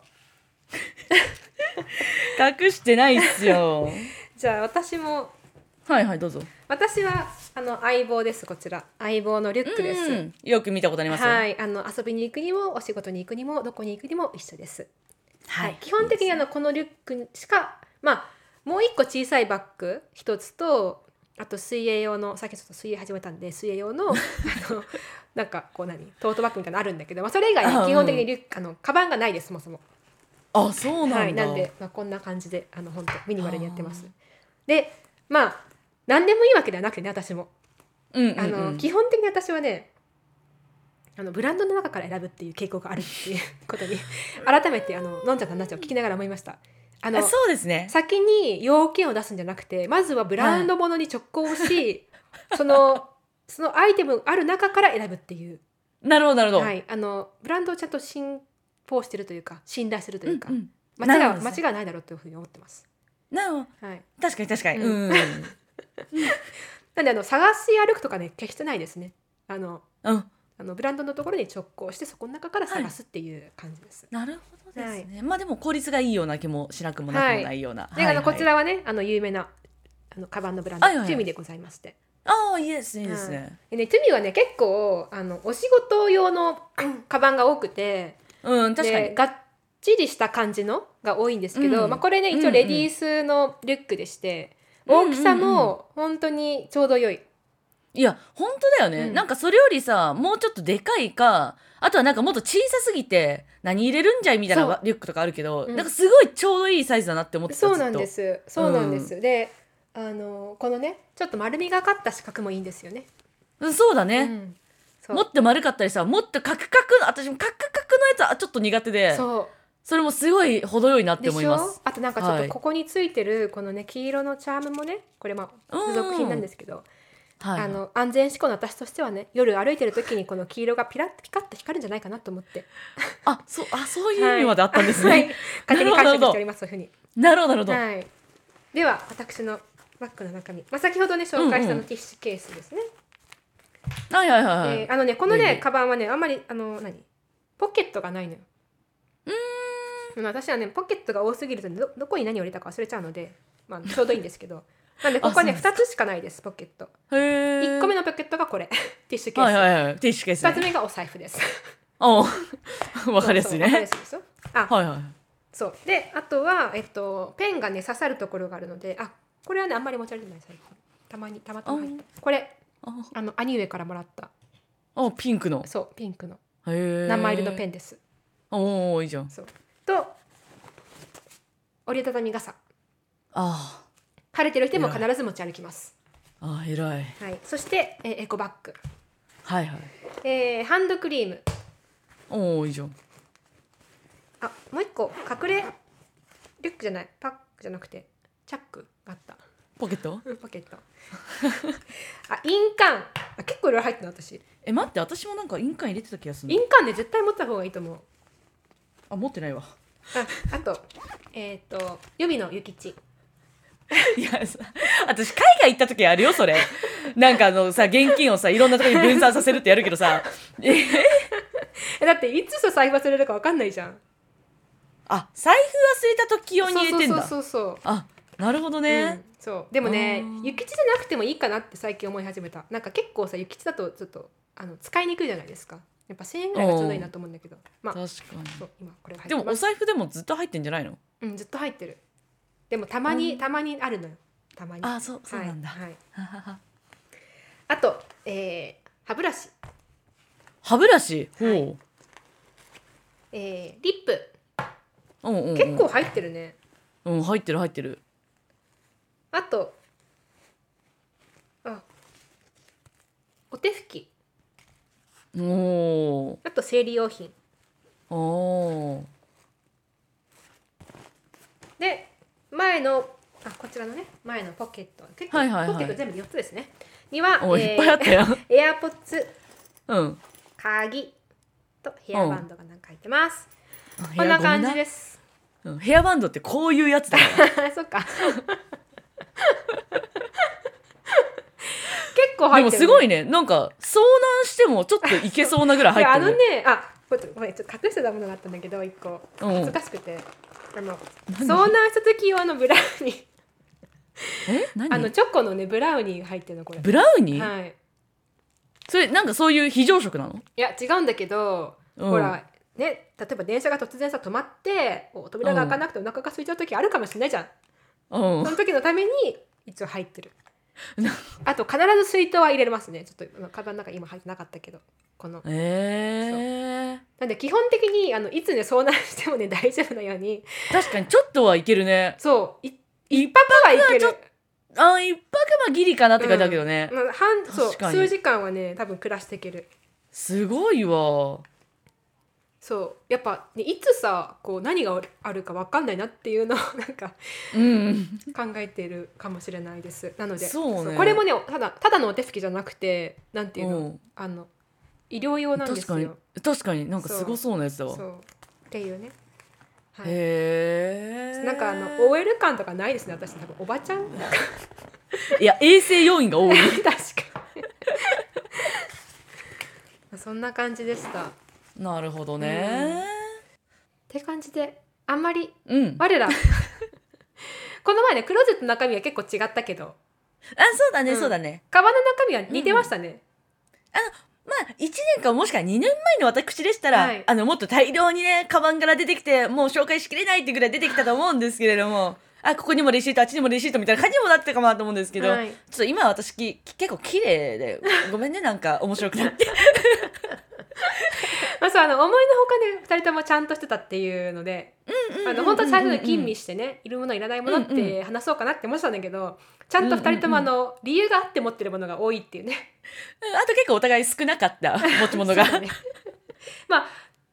Speaker 1: 隠してないっすよ。
Speaker 2: じゃあ私も
Speaker 1: はいはい、どうぞ。
Speaker 2: 私はあの相棒ですこちら相棒のリュックです、
Speaker 1: うんよく見たことありますよ。
Speaker 2: はい、あの遊びに行くにもお仕事に行くにもどこに行くにも一緒です。
Speaker 1: はい
Speaker 2: 基本的にあのこのリュックしかまあもう一個小さいバッグ一つとあと水泳用のさっきちょっと水泳始めたんで水泳 用のあのなんかこう何トートバッグみたいなのあるんだけど、まあ、それ以外
Speaker 1: あうん
Speaker 2: は基本的にリュックあのカバンがないですそもそも。
Speaker 1: あ、そうな
Speaker 2: はい、
Speaker 1: んだ。
Speaker 2: なんで、まあ、こんな感じであの本当ミニマルにやってます。でまあ何でもいいわけではなくてね私も。
Speaker 1: うんうんうん
Speaker 2: あの、基本的に私はねあのブランドの中から選ぶっていう傾向があるっていうこ とに改めてあののんちゃんの話を聞きながら思いました。あの
Speaker 1: あそうですね。
Speaker 2: 先に要件を出すんじゃなくてまずはブランドものに直行し、そのそのアイテムある中から選ぶっていう、
Speaker 1: なるほどなるほど。
Speaker 2: はい、あのブランドをちゃんと信奉してるというか信頼してるというか、
Speaker 1: うんうん
Speaker 2: 間違い
Speaker 1: なるほ
Speaker 2: は
Speaker 1: ど
Speaker 2: 間
Speaker 1: で
Speaker 2: 違
Speaker 1: す
Speaker 2: いないだろうというふうに思ってます。
Speaker 1: なるほど
Speaker 2: はい、
Speaker 1: 確かに確かに。
Speaker 2: う
Speaker 1: うん。
Speaker 2: なんであの探し歩くとかね決してないですね。あの
Speaker 1: うん。
Speaker 2: あのブランドのところに直行してそこの中から探すっていう感じです。
Speaker 1: なるほどですね。まあでも効率がいいような気もしなくもなくもないような。
Speaker 2: で、
Speaker 1: はい
Speaker 2: あの
Speaker 1: はい
Speaker 2: こちらはねあの有名なあのカバンのブランド、
Speaker 1: はいはいはい
Speaker 2: トゥミでございまして。
Speaker 1: ああいいですねいいですね。
Speaker 2: でねトゥミはね結構あのお仕事用の カバンが多くて、
Speaker 1: うん確か
Speaker 2: で
Speaker 1: に。
Speaker 2: がっちりした感じのが多いんですけど、
Speaker 1: うん
Speaker 2: まあこれね
Speaker 1: う
Speaker 2: 一
Speaker 1: んう
Speaker 2: 応
Speaker 1: ん
Speaker 2: レディースのリュックでして、大きさも本当にちょうど良い。
Speaker 1: いや本当だよね、
Speaker 2: うん
Speaker 1: なんかそれよりさもうちょっとでかいかあとはなんかもっと小さすぎて何入れるんじゃいみたい
Speaker 2: そう
Speaker 1: なリュックとかあるけど、
Speaker 2: うん
Speaker 1: なんかすごいちょうどいいサイズだなって思ってた。
Speaker 2: そうなんですす。そうなんです。で、あのこのねちょっと丸みがかった四角もいいんですよね。
Speaker 1: うんそうだ
Speaker 2: う
Speaker 1: ね、
Speaker 2: ん、そう
Speaker 1: もっと丸かったりさもっとカクカクの私もカクカクのやつはちょっと苦手でそ
Speaker 2: そう。
Speaker 1: れもすごい程よいなって
Speaker 2: で
Speaker 1: 思
Speaker 2: し
Speaker 1: いま
Speaker 2: ょ
Speaker 1: す。
Speaker 2: あとなんかちょっ
Speaker 1: は
Speaker 2: と
Speaker 1: い
Speaker 2: ここについてるこのね黄色のチャームもねこれまあ
Speaker 1: うん
Speaker 2: 付属品なんですけど、
Speaker 1: はい、
Speaker 2: あの安全志向の私としてはね夜歩いてる時にこの黄色がピラッとピカッと光るんじゃないかなと思って
Speaker 1: あそうあそういう意味まであったんですね。
Speaker 2: はい、勝手に解釈しておりますそういう
Speaker 1: なるほどなる
Speaker 2: ふ
Speaker 1: ほど。
Speaker 2: うに、はい、では私のバッグの中身、まあ、先ほどね紹
Speaker 1: う
Speaker 2: 介したあ
Speaker 1: んう
Speaker 2: の
Speaker 1: ん
Speaker 2: ティッシュケースですね、
Speaker 1: はいはいはいはい。
Speaker 2: であのねこの
Speaker 1: ぜ
Speaker 2: ね
Speaker 1: ひ
Speaker 2: カバンはねあんまりあの何ポケットがないのようん私はねポケットが多すぎるとどどこに何を入れたか忘れちゃうので、まあ、ちょうどいいんですけど なんでここはね
Speaker 1: あそう
Speaker 2: 2つしかないですポケット
Speaker 1: へえ。
Speaker 2: 1個目のポケットがこれ ティッシュケース、
Speaker 1: はいはいはい。ティッシュケース、
Speaker 2: 2つ
Speaker 1: ね。
Speaker 2: 目がお財布です
Speaker 1: おう わかりやすい
Speaker 2: そうそうわかり
Speaker 1: ね
Speaker 2: や。すいでしょあ、
Speaker 1: はいはい。
Speaker 2: そうであとは、えっと、ペンがね刺さるところがあるのであこれはねあんまり持ち歩いてない最近たまにたまたま入ったこれ
Speaker 1: あ
Speaker 2: あの兄上からもらった
Speaker 1: あピンクの。
Speaker 2: そうピンクの
Speaker 1: へえ。
Speaker 2: 名前入りのペ
Speaker 1: ン。
Speaker 2: ンです
Speaker 1: おおいいじゃん。
Speaker 2: そうと折りたたみ傘
Speaker 1: あ
Speaker 2: 晴れてる日も必ず持ち歩きます、
Speaker 1: ああ偉い。
Speaker 2: はい、そして、えーエコバッグ、
Speaker 1: はいはい。
Speaker 2: えーハンドクリーム
Speaker 1: おおいいじゃん。
Speaker 2: あもう一個隠れリュックじゃないパックじゃなくてチャックがあった
Speaker 1: ポケット？
Speaker 2: うんポケットあ印鑑あ結構いろいろ入ってるの私
Speaker 1: え待って私もなんか印鑑入れてた気がするな。
Speaker 2: 印鑑ね絶対持った方がいいと思う
Speaker 1: あ持ってないわ。
Speaker 2: ああとえっ、と予備の諭吉
Speaker 1: いやさ私海外行った時あるよそれ。なんかあのさ現金をさいろんなところに分散させるってやるけどさ。え
Speaker 2: えだっていつさ財布忘れるかわかんないじゃん
Speaker 1: あ財布忘れた時用に入れてんだ。
Speaker 2: そうそうそうそう
Speaker 1: あなるほど
Speaker 2: う
Speaker 1: ね
Speaker 2: ん。、そうでもね
Speaker 1: あー
Speaker 2: 諭吉じゃなくてもいいかなって最近思い始めたなんか結構さ諭吉だとちょっとあの使いにくいじゃないですかやっぱ1000円ぐらいがちょうどいいなと思うんだけどまあ
Speaker 1: 確か
Speaker 2: そう今これが
Speaker 1: に。
Speaker 2: 入っ
Speaker 1: で
Speaker 2: て
Speaker 1: もお
Speaker 2: ます
Speaker 1: 財布でもずっと入ってんじゃないの？
Speaker 2: うんずっと入ってるでもたまに、
Speaker 1: うん
Speaker 2: たまにあるのよたまに
Speaker 1: あそうそうなんだ。
Speaker 2: はいはい、
Speaker 1: 歯
Speaker 2: あと、えー歯ブラシ、
Speaker 1: ブラシ、ほう
Speaker 2: はいえーリップ
Speaker 1: うんうんうん、
Speaker 2: 結構、入ってるね、
Speaker 1: うん、入ってる入ってる
Speaker 2: あとあお手拭き
Speaker 1: おー
Speaker 2: あと生理用品
Speaker 1: おー
Speaker 2: で前のあこちらのね前のポケット結構、
Speaker 1: はいはいはい
Speaker 2: ポケット全部で4つですねには、
Speaker 1: おーいっぱいあったよ、
Speaker 2: えー、エアポッツ
Speaker 1: うん
Speaker 2: 鍵とヘアバンドがなんか入ってます、 こんな感じ
Speaker 1: で、
Speaker 2: です。
Speaker 1: うんヘアバンドってこういうやつだから
Speaker 2: そっか。結構
Speaker 1: で
Speaker 2: 入
Speaker 1: も
Speaker 2: ってるね、
Speaker 1: すごいねなんか遭難してもちょっといけそうなぐらい入
Speaker 2: いや
Speaker 1: っ
Speaker 2: あ
Speaker 1: て
Speaker 2: の
Speaker 1: る
Speaker 2: ね、あ、ごめんごめん、ちょっと隠してたものがあったんだけど、一個。
Speaker 1: うん
Speaker 2: 恥ずかしくて。あの、
Speaker 1: 何
Speaker 2: 遭難した時用のブラウニー。
Speaker 1: え
Speaker 2: あの、
Speaker 1: 何
Speaker 2: チョコのね、ブラウニーが入ってるの、これ。
Speaker 1: ブラウニー、
Speaker 2: はい。
Speaker 1: それなんかそういう非常食なの、
Speaker 2: いや、違うんだけど、
Speaker 1: うん
Speaker 2: ほら、ね、例えば電車が突然さ、止まって、お扉が開かなくてお腹が空いちゃう時あるかもしれないじゃん。
Speaker 1: うん
Speaker 2: その時のために、一応入ってる
Speaker 1: な。
Speaker 2: あと、必ず水筒は入れますね。ちょっと、あのカバンの中今入ってなかったけど。この。
Speaker 1: え
Speaker 2: なんで、基本的に、あの、いつね、遭難してもね、大丈夫なように、
Speaker 1: ー、確かにちょっとはいけるね
Speaker 2: そう、い
Speaker 1: 一
Speaker 2: 一泊はいけ
Speaker 1: ちょ
Speaker 2: る。
Speaker 1: あ一泊はギリかなって書いてあるけどね、
Speaker 2: うん半そう
Speaker 1: 確かに
Speaker 2: 数時間はね多分暮らしていける
Speaker 1: すごいわ
Speaker 2: そうやっぱ、ね、いつさこう何があるか分かんないなっていうのをなんか
Speaker 1: うん
Speaker 2: 考えているかもしれないですなので
Speaker 1: そうね
Speaker 2: これもねただただのお手拭きじゃなくてなんていうの,、
Speaker 1: うん
Speaker 2: あの医療用なんで
Speaker 1: 確
Speaker 2: す
Speaker 1: かに
Speaker 2: よ
Speaker 1: 確かになんかすごそうなやつだ
Speaker 2: そ
Speaker 1: わ
Speaker 2: うっていうね、はい、
Speaker 1: へえ
Speaker 2: なんかあの OL 感とかないですね私多分おばちゃん確か
Speaker 1: いや衛生要員が 多い
Speaker 2: にそんな感じでしたっ
Speaker 1: なるほどね
Speaker 2: て感じであんまり
Speaker 1: うん、
Speaker 2: 我らこの前ねクローゼットの中身は結構違ったけ
Speaker 1: あ
Speaker 2: ど
Speaker 1: そうだね、
Speaker 2: うん
Speaker 1: そうだね
Speaker 2: カバンの中身は似てましたね、
Speaker 1: まあ1年かもしくは2年前の私でしたら、
Speaker 2: はい
Speaker 1: あのもっと大量にねカバンから出てきてもう紹介しきれないってぐらい出てきたと思うんですけれどもあここにもレシートあっちにもレシートみたいな感じにもなってたかもなと思うんですけど、
Speaker 2: はい
Speaker 1: ちょっと今私き結構綺麗でごめんねなんか面白くなって
Speaker 2: まあ、そうあの思いのほかね2人ともちゃんとしてたっていうのであの本当は最初に吟味してねいるものいらないものっ
Speaker 1: うん
Speaker 2: て話そうかなって思ってたんだけどちゃんと2人ともあの理由があって持ってるものが多いっていうね
Speaker 1: うんあと結構お互い少なかった持ち物が
Speaker 2: そうだねまあ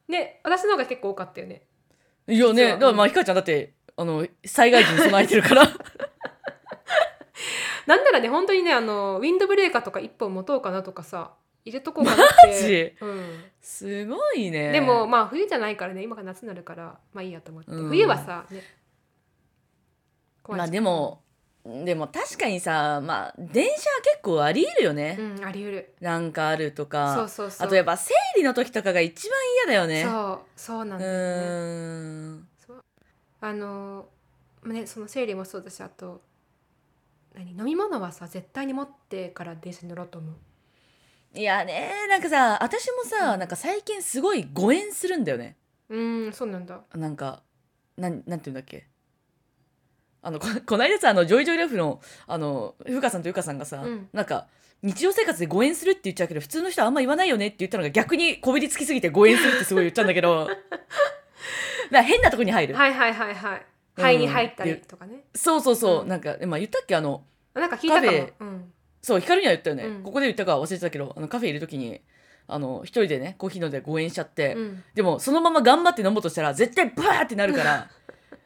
Speaker 2: ね私の方が結構多かったよね
Speaker 1: いやね
Speaker 2: 実は
Speaker 1: だからまあひかちゃんだってあの災害時に備えてるから
Speaker 2: なんならね本当にねあのウィンドブレーカーとか1本持とうかなとかさ入れとこうかなっ
Speaker 1: マ
Speaker 2: て
Speaker 1: ジ、
Speaker 2: うん、
Speaker 1: すごいね
Speaker 2: でもまあ冬じゃないからね今が夏になるからまあいいやと思って、
Speaker 1: うん
Speaker 2: 冬はさ、ね、怖い
Speaker 1: まあ
Speaker 2: し
Speaker 1: でもでも確かにさまあ電車は結構ありえるよね、
Speaker 2: うんあり得る
Speaker 1: なんかあるとか
Speaker 2: そうそうそう
Speaker 1: あとやっぱ生理の時とかが一番嫌だよね
Speaker 2: そうそうなん
Speaker 1: う
Speaker 2: だよね
Speaker 1: ーん
Speaker 2: あのねその生理もそうだしあと何飲み物はさ絶対に持ってから電車に乗ろうと思う
Speaker 1: いやねなんかさ私もさなんか最近すごい誤嚥するんだよね
Speaker 2: うんそうなんだ
Speaker 1: なんかなんなんていうんだっけあのここの間さあのジョイジョイライフのあのふうかさんとゆかさんがさ、
Speaker 2: うん
Speaker 1: なんか日常生活で誤嚥するって言っちゃうけど普通の人はあんま言わないよねって言ったのが逆にこびりつきすぎて誤嚥するってすごい言っちゃうんだけ どだから変なとこに入る、
Speaker 2: はいはいはいは
Speaker 1: う
Speaker 2: い
Speaker 1: ん
Speaker 2: 肺に入ったりとかね、
Speaker 1: そうそうそう、
Speaker 2: うん
Speaker 1: なんかまあ言ったっけあの
Speaker 2: あなんか聞いたか
Speaker 1: カ
Speaker 2: も
Speaker 1: フェ、
Speaker 2: うん、
Speaker 1: そう、ヒカルには言ったよね。
Speaker 2: うん
Speaker 1: ここで言ったか忘れてたけど、あのカフェいるときに、あの、一人でね、コーヒー飲んで誤飲しちゃって、
Speaker 2: うん、
Speaker 1: でも、そのまま頑張って飲もうとしたら、絶対バーってなる から、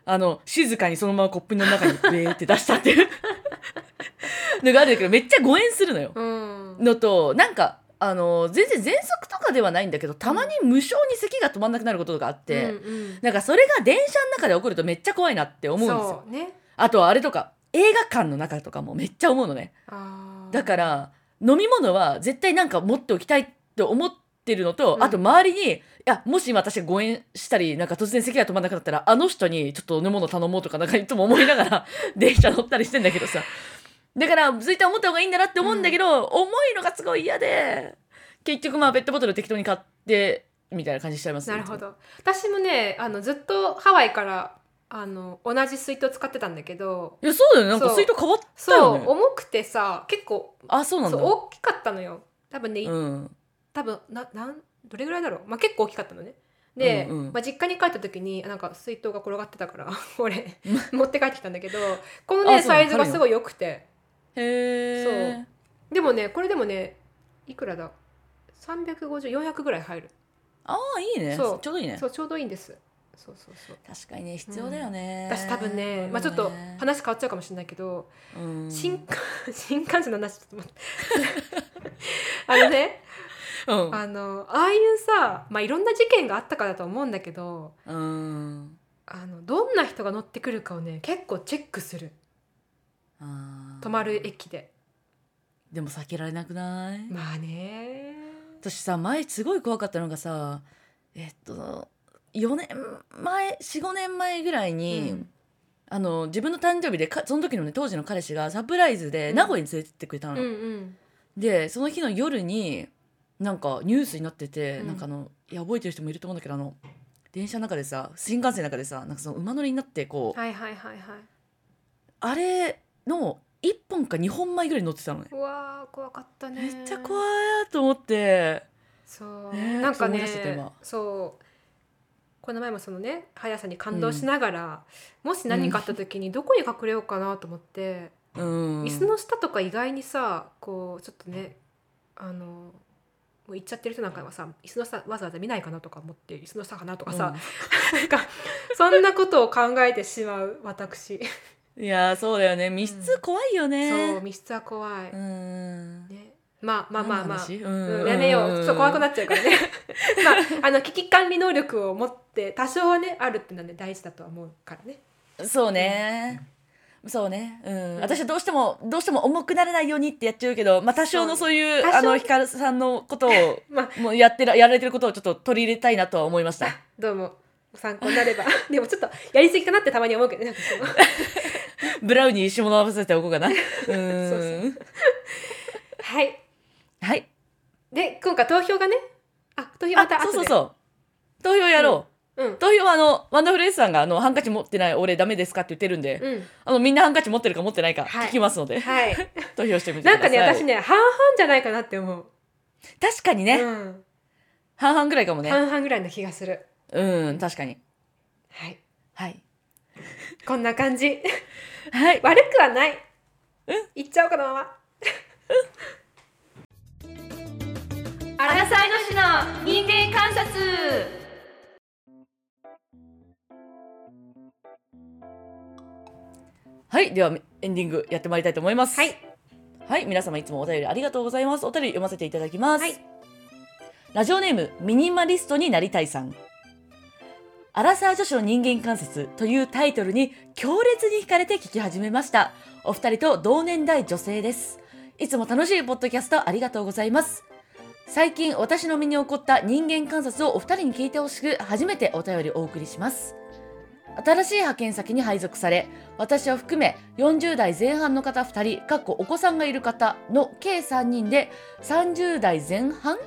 Speaker 1: あの、静かにそのままコップの中にベーって出したっていうのがあるんだけど、めっちゃ誤飲するのよ。
Speaker 2: うん、
Speaker 1: のと、なんか、あの、全然喘息とかではないんだけど、たまに無性に咳が止まんなくなることがあって、
Speaker 2: うんうん
Speaker 1: なんかそれが電車の中で起こるとめっちゃ怖いなって思うんですよ。
Speaker 2: そうね
Speaker 1: あとあれとか、映画館の中とかもめっちゃ思うのね。
Speaker 2: あー
Speaker 1: だから飲み物は絶対なんか持っておきたいと思ってるのと、
Speaker 2: うん
Speaker 1: あと周りにいやもし今私が誤飲したりなんか突然咳が止まんなくなったらあの人にちょっと飲み物頼もうとかなんかいつも思いながら 電車乗ったりしてんだけどさだから絶対思った方がいいんだなって思うんだけど、重いのがすごい嫌で結局まあペットボトル適当に買ってみたいな感じしちゃいます
Speaker 2: なるほど私もねあのずっとハワイからあの同じ水筒使ってたんだけど
Speaker 1: いやそうだよねなんか
Speaker 2: そう
Speaker 1: 水筒変わった
Speaker 2: そ
Speaker 1: よ
Speaker 2: う、
Speaker 1: ね
Speaker 2: 重くてさ結構
Speaker 1: あそうなん
Speaker 2: そ
Speaker 1: だ
Speaker 2: う
Speaker 1: う
Speaker 2: 大きかったのよ多分ね、
Speaker 1: ん
Speaker 2: 多分ななんどれぐらいだろう、まあ、結構大きかったのねで、
Speaker 1: うんうん
Speaker 2: まあ、実家に帰った時にあなんか水筒が転がってたから 俺持って帰ってきたんだけどこのね
Speaker 1: あそうな
Speaker 2: サ
Speaker 1: の
Speaker 2: イズがすごい良くて
Speaker 1: へえ
Speaker 2: でもねこれでもねいくらだ350400ぐらい入る、
Speaker 1: ああいいねち
Speaker 2: そう
Speaker 1: ょうどいいね
Speaker 2: そうちょうどいいんですそうそうそう
Speaker 1: 確かにね必要だよね、
Speaker 2: 私多分ね、まあ、ちょっと話変わっちゃうかもしれないけど、
Speaker 1: うん
Speaker 2: 新幹新幹線の話ちょっと待ってあのね
Speaker 1: うん
Speaker 2: あのああいうさ、まあ、いろんな事件があったからだと思うんだけど
Speaker 1: うん
Speaker 2: あのどんな人が乗ってくるかをね結構チェックする
Speaker 1: あー
Speaker 2: 泊まる駅で
Speaker 1: でも避けられなくない、
Speaker 2: まあね
Speaker 1: 私さ前すごい怖かったのがさえっと4年前45年前ぐらいに、
Speaker 2: うん
Speaker 1: あの自分の誕生日でかその時のね当時の彼氏がサプライズで
Speaker 2: うん
Speaker 1: 名古屋に連れてってくれた
Speaker 2: う
Speaker 1: の、
Speaker 2: んうん
Speaker 1: でその日の夜になんかニュースになってて、
Speaker 2: うん
Speaker 1: なんかあのいや覚えてる人もいると思うんだけどあの電車の中でさ新幹線の中でさなんかその馬乗りになってこう、
Speaker 2: はいはいはいはい
Speaker 1: あれの1本か2本前ぐらいに乗ってたのね
Speaker 2: うわー怖かったね
Speaker 1: めっちゃ怖いと思って
Speaker 2: そう、
Speaker 1: ねえ
Speaker 2: なん
Speaker 1: そ
Speaker 2: か
Speaker 1: う思い出しちゃった
Speaker 2: ね
Speaker 1: 今
Speaker 2: そうこの前もそのね速さに感動しながら、もし何かあった時にどこに隠れようかなと思って、
Speaker 1: うん
Speaker 2: 椅子の下とか意外にさこうちょっとねあのもう行っちゃってる人なんかはさ椅子の下わざわざ見ないかなとか思って椅子の下かなとかさ、なんか そんなことを考えてしまう私、
Speaker 1: いやーそうだよね密室怖いよね、
Speaker 2: そう密室は怖い、
Speaker 1: うん
Speaker 2: ね、まあまあまあま
Speaker 1: 何の
Speaker 2: あ
Speaker 1: 話
Speaker 2: う
Speaker 1: うん
Speaker 2: やめよう、ちょっと怖くなっちゃうから ね。まあ、あの危機管理能力を持って、多少はね、あるってのはね、大事だとは思うからね。
Speaker 1: そうね、そうね、うん
Speaker 2: うん
Speaker 1: 私はどうしてもどうしても重くならないようにってやっちゃうけど、まあ、多少のそういう
Speaker 2: そう
Speaker 1: あの
Speaker 2: 多少
Speaker 1: ひかるさんのこと を
Speaker 2: まあ、
Speaker 1: もうやってらやられてることをちょっと取り入れたいなとは思いました
Speaker 2: どうも、ご参考になれ ば、でもちょっとやりすぎかなってたまに思うけどね。なんかこ
Speaker 1: ブラウニー下合わせておこうかなうん
Speaker 2: うう はい、
Speaker 1: うはい
Speaker 2: で、今回投票がね。あ、投票また
Speaker 1: あ
Speaker 2: 後
Speaker 1: そ
Speaker 2: で。
Speaker 1: うそうそう投票やろ
Speaker 2: う。
Speaker 1: う、投票はあのワンダフルエースさんがあのハンカチ持ってない俺ダメですかって言ってるんで、
Speaker 2: ん、うん、
Speaker 1: あのみんなハンカチ持ってるか持ってないか
Speaker 2: はい
Speaker 1: 聞きますので、
Speaker 2: はい。
Speaker 1: 投票してみてくだ
Speaker 2: なん
Speaker 1: さ
Speaker 2: か
Speaker 1: い
Speaker 2: ね、私ね、半々じゃないかなって思う。
Speaker 1: 確かに
Speaker 2: う
Speaker 1: ね、
Speaker 2: ん、
Speaker 1: 半々ぐらいかもね
Speaker 2: 半々ぐらいな気がする。
Speaker 1: うん確かに
Speaker 2: はい。
Speaker 1: はい
Speaker 2: こんな感じ。
Speaker 1: はい
Speaker 2: 悪くはない。いっちゃおうかのまま。アラサイの市の人間観察。
Speaker 1: はいではエンディングやってまいりたいと思います
Speaker 2: はい、
Speaker 1: はい、皆様いつもお便りありがとうございますお便り読ませていただきます、
Speaker 2: はい
Speaker 1: ラジオネームミニマリストになりたいさんアラサー女子の人間関節というタイトルに強烈に惹かれて聞き始めましたお二人と同年代女性ですいつも楽しいポッドキャストありがとうございます最近私の身に起こった人間観察をお二人に聞いてほしく初めてお便りお送りします新しい派遣先に配属され私を含め40代前半の方2人かっこお子さんがいる方の計3人で30代前半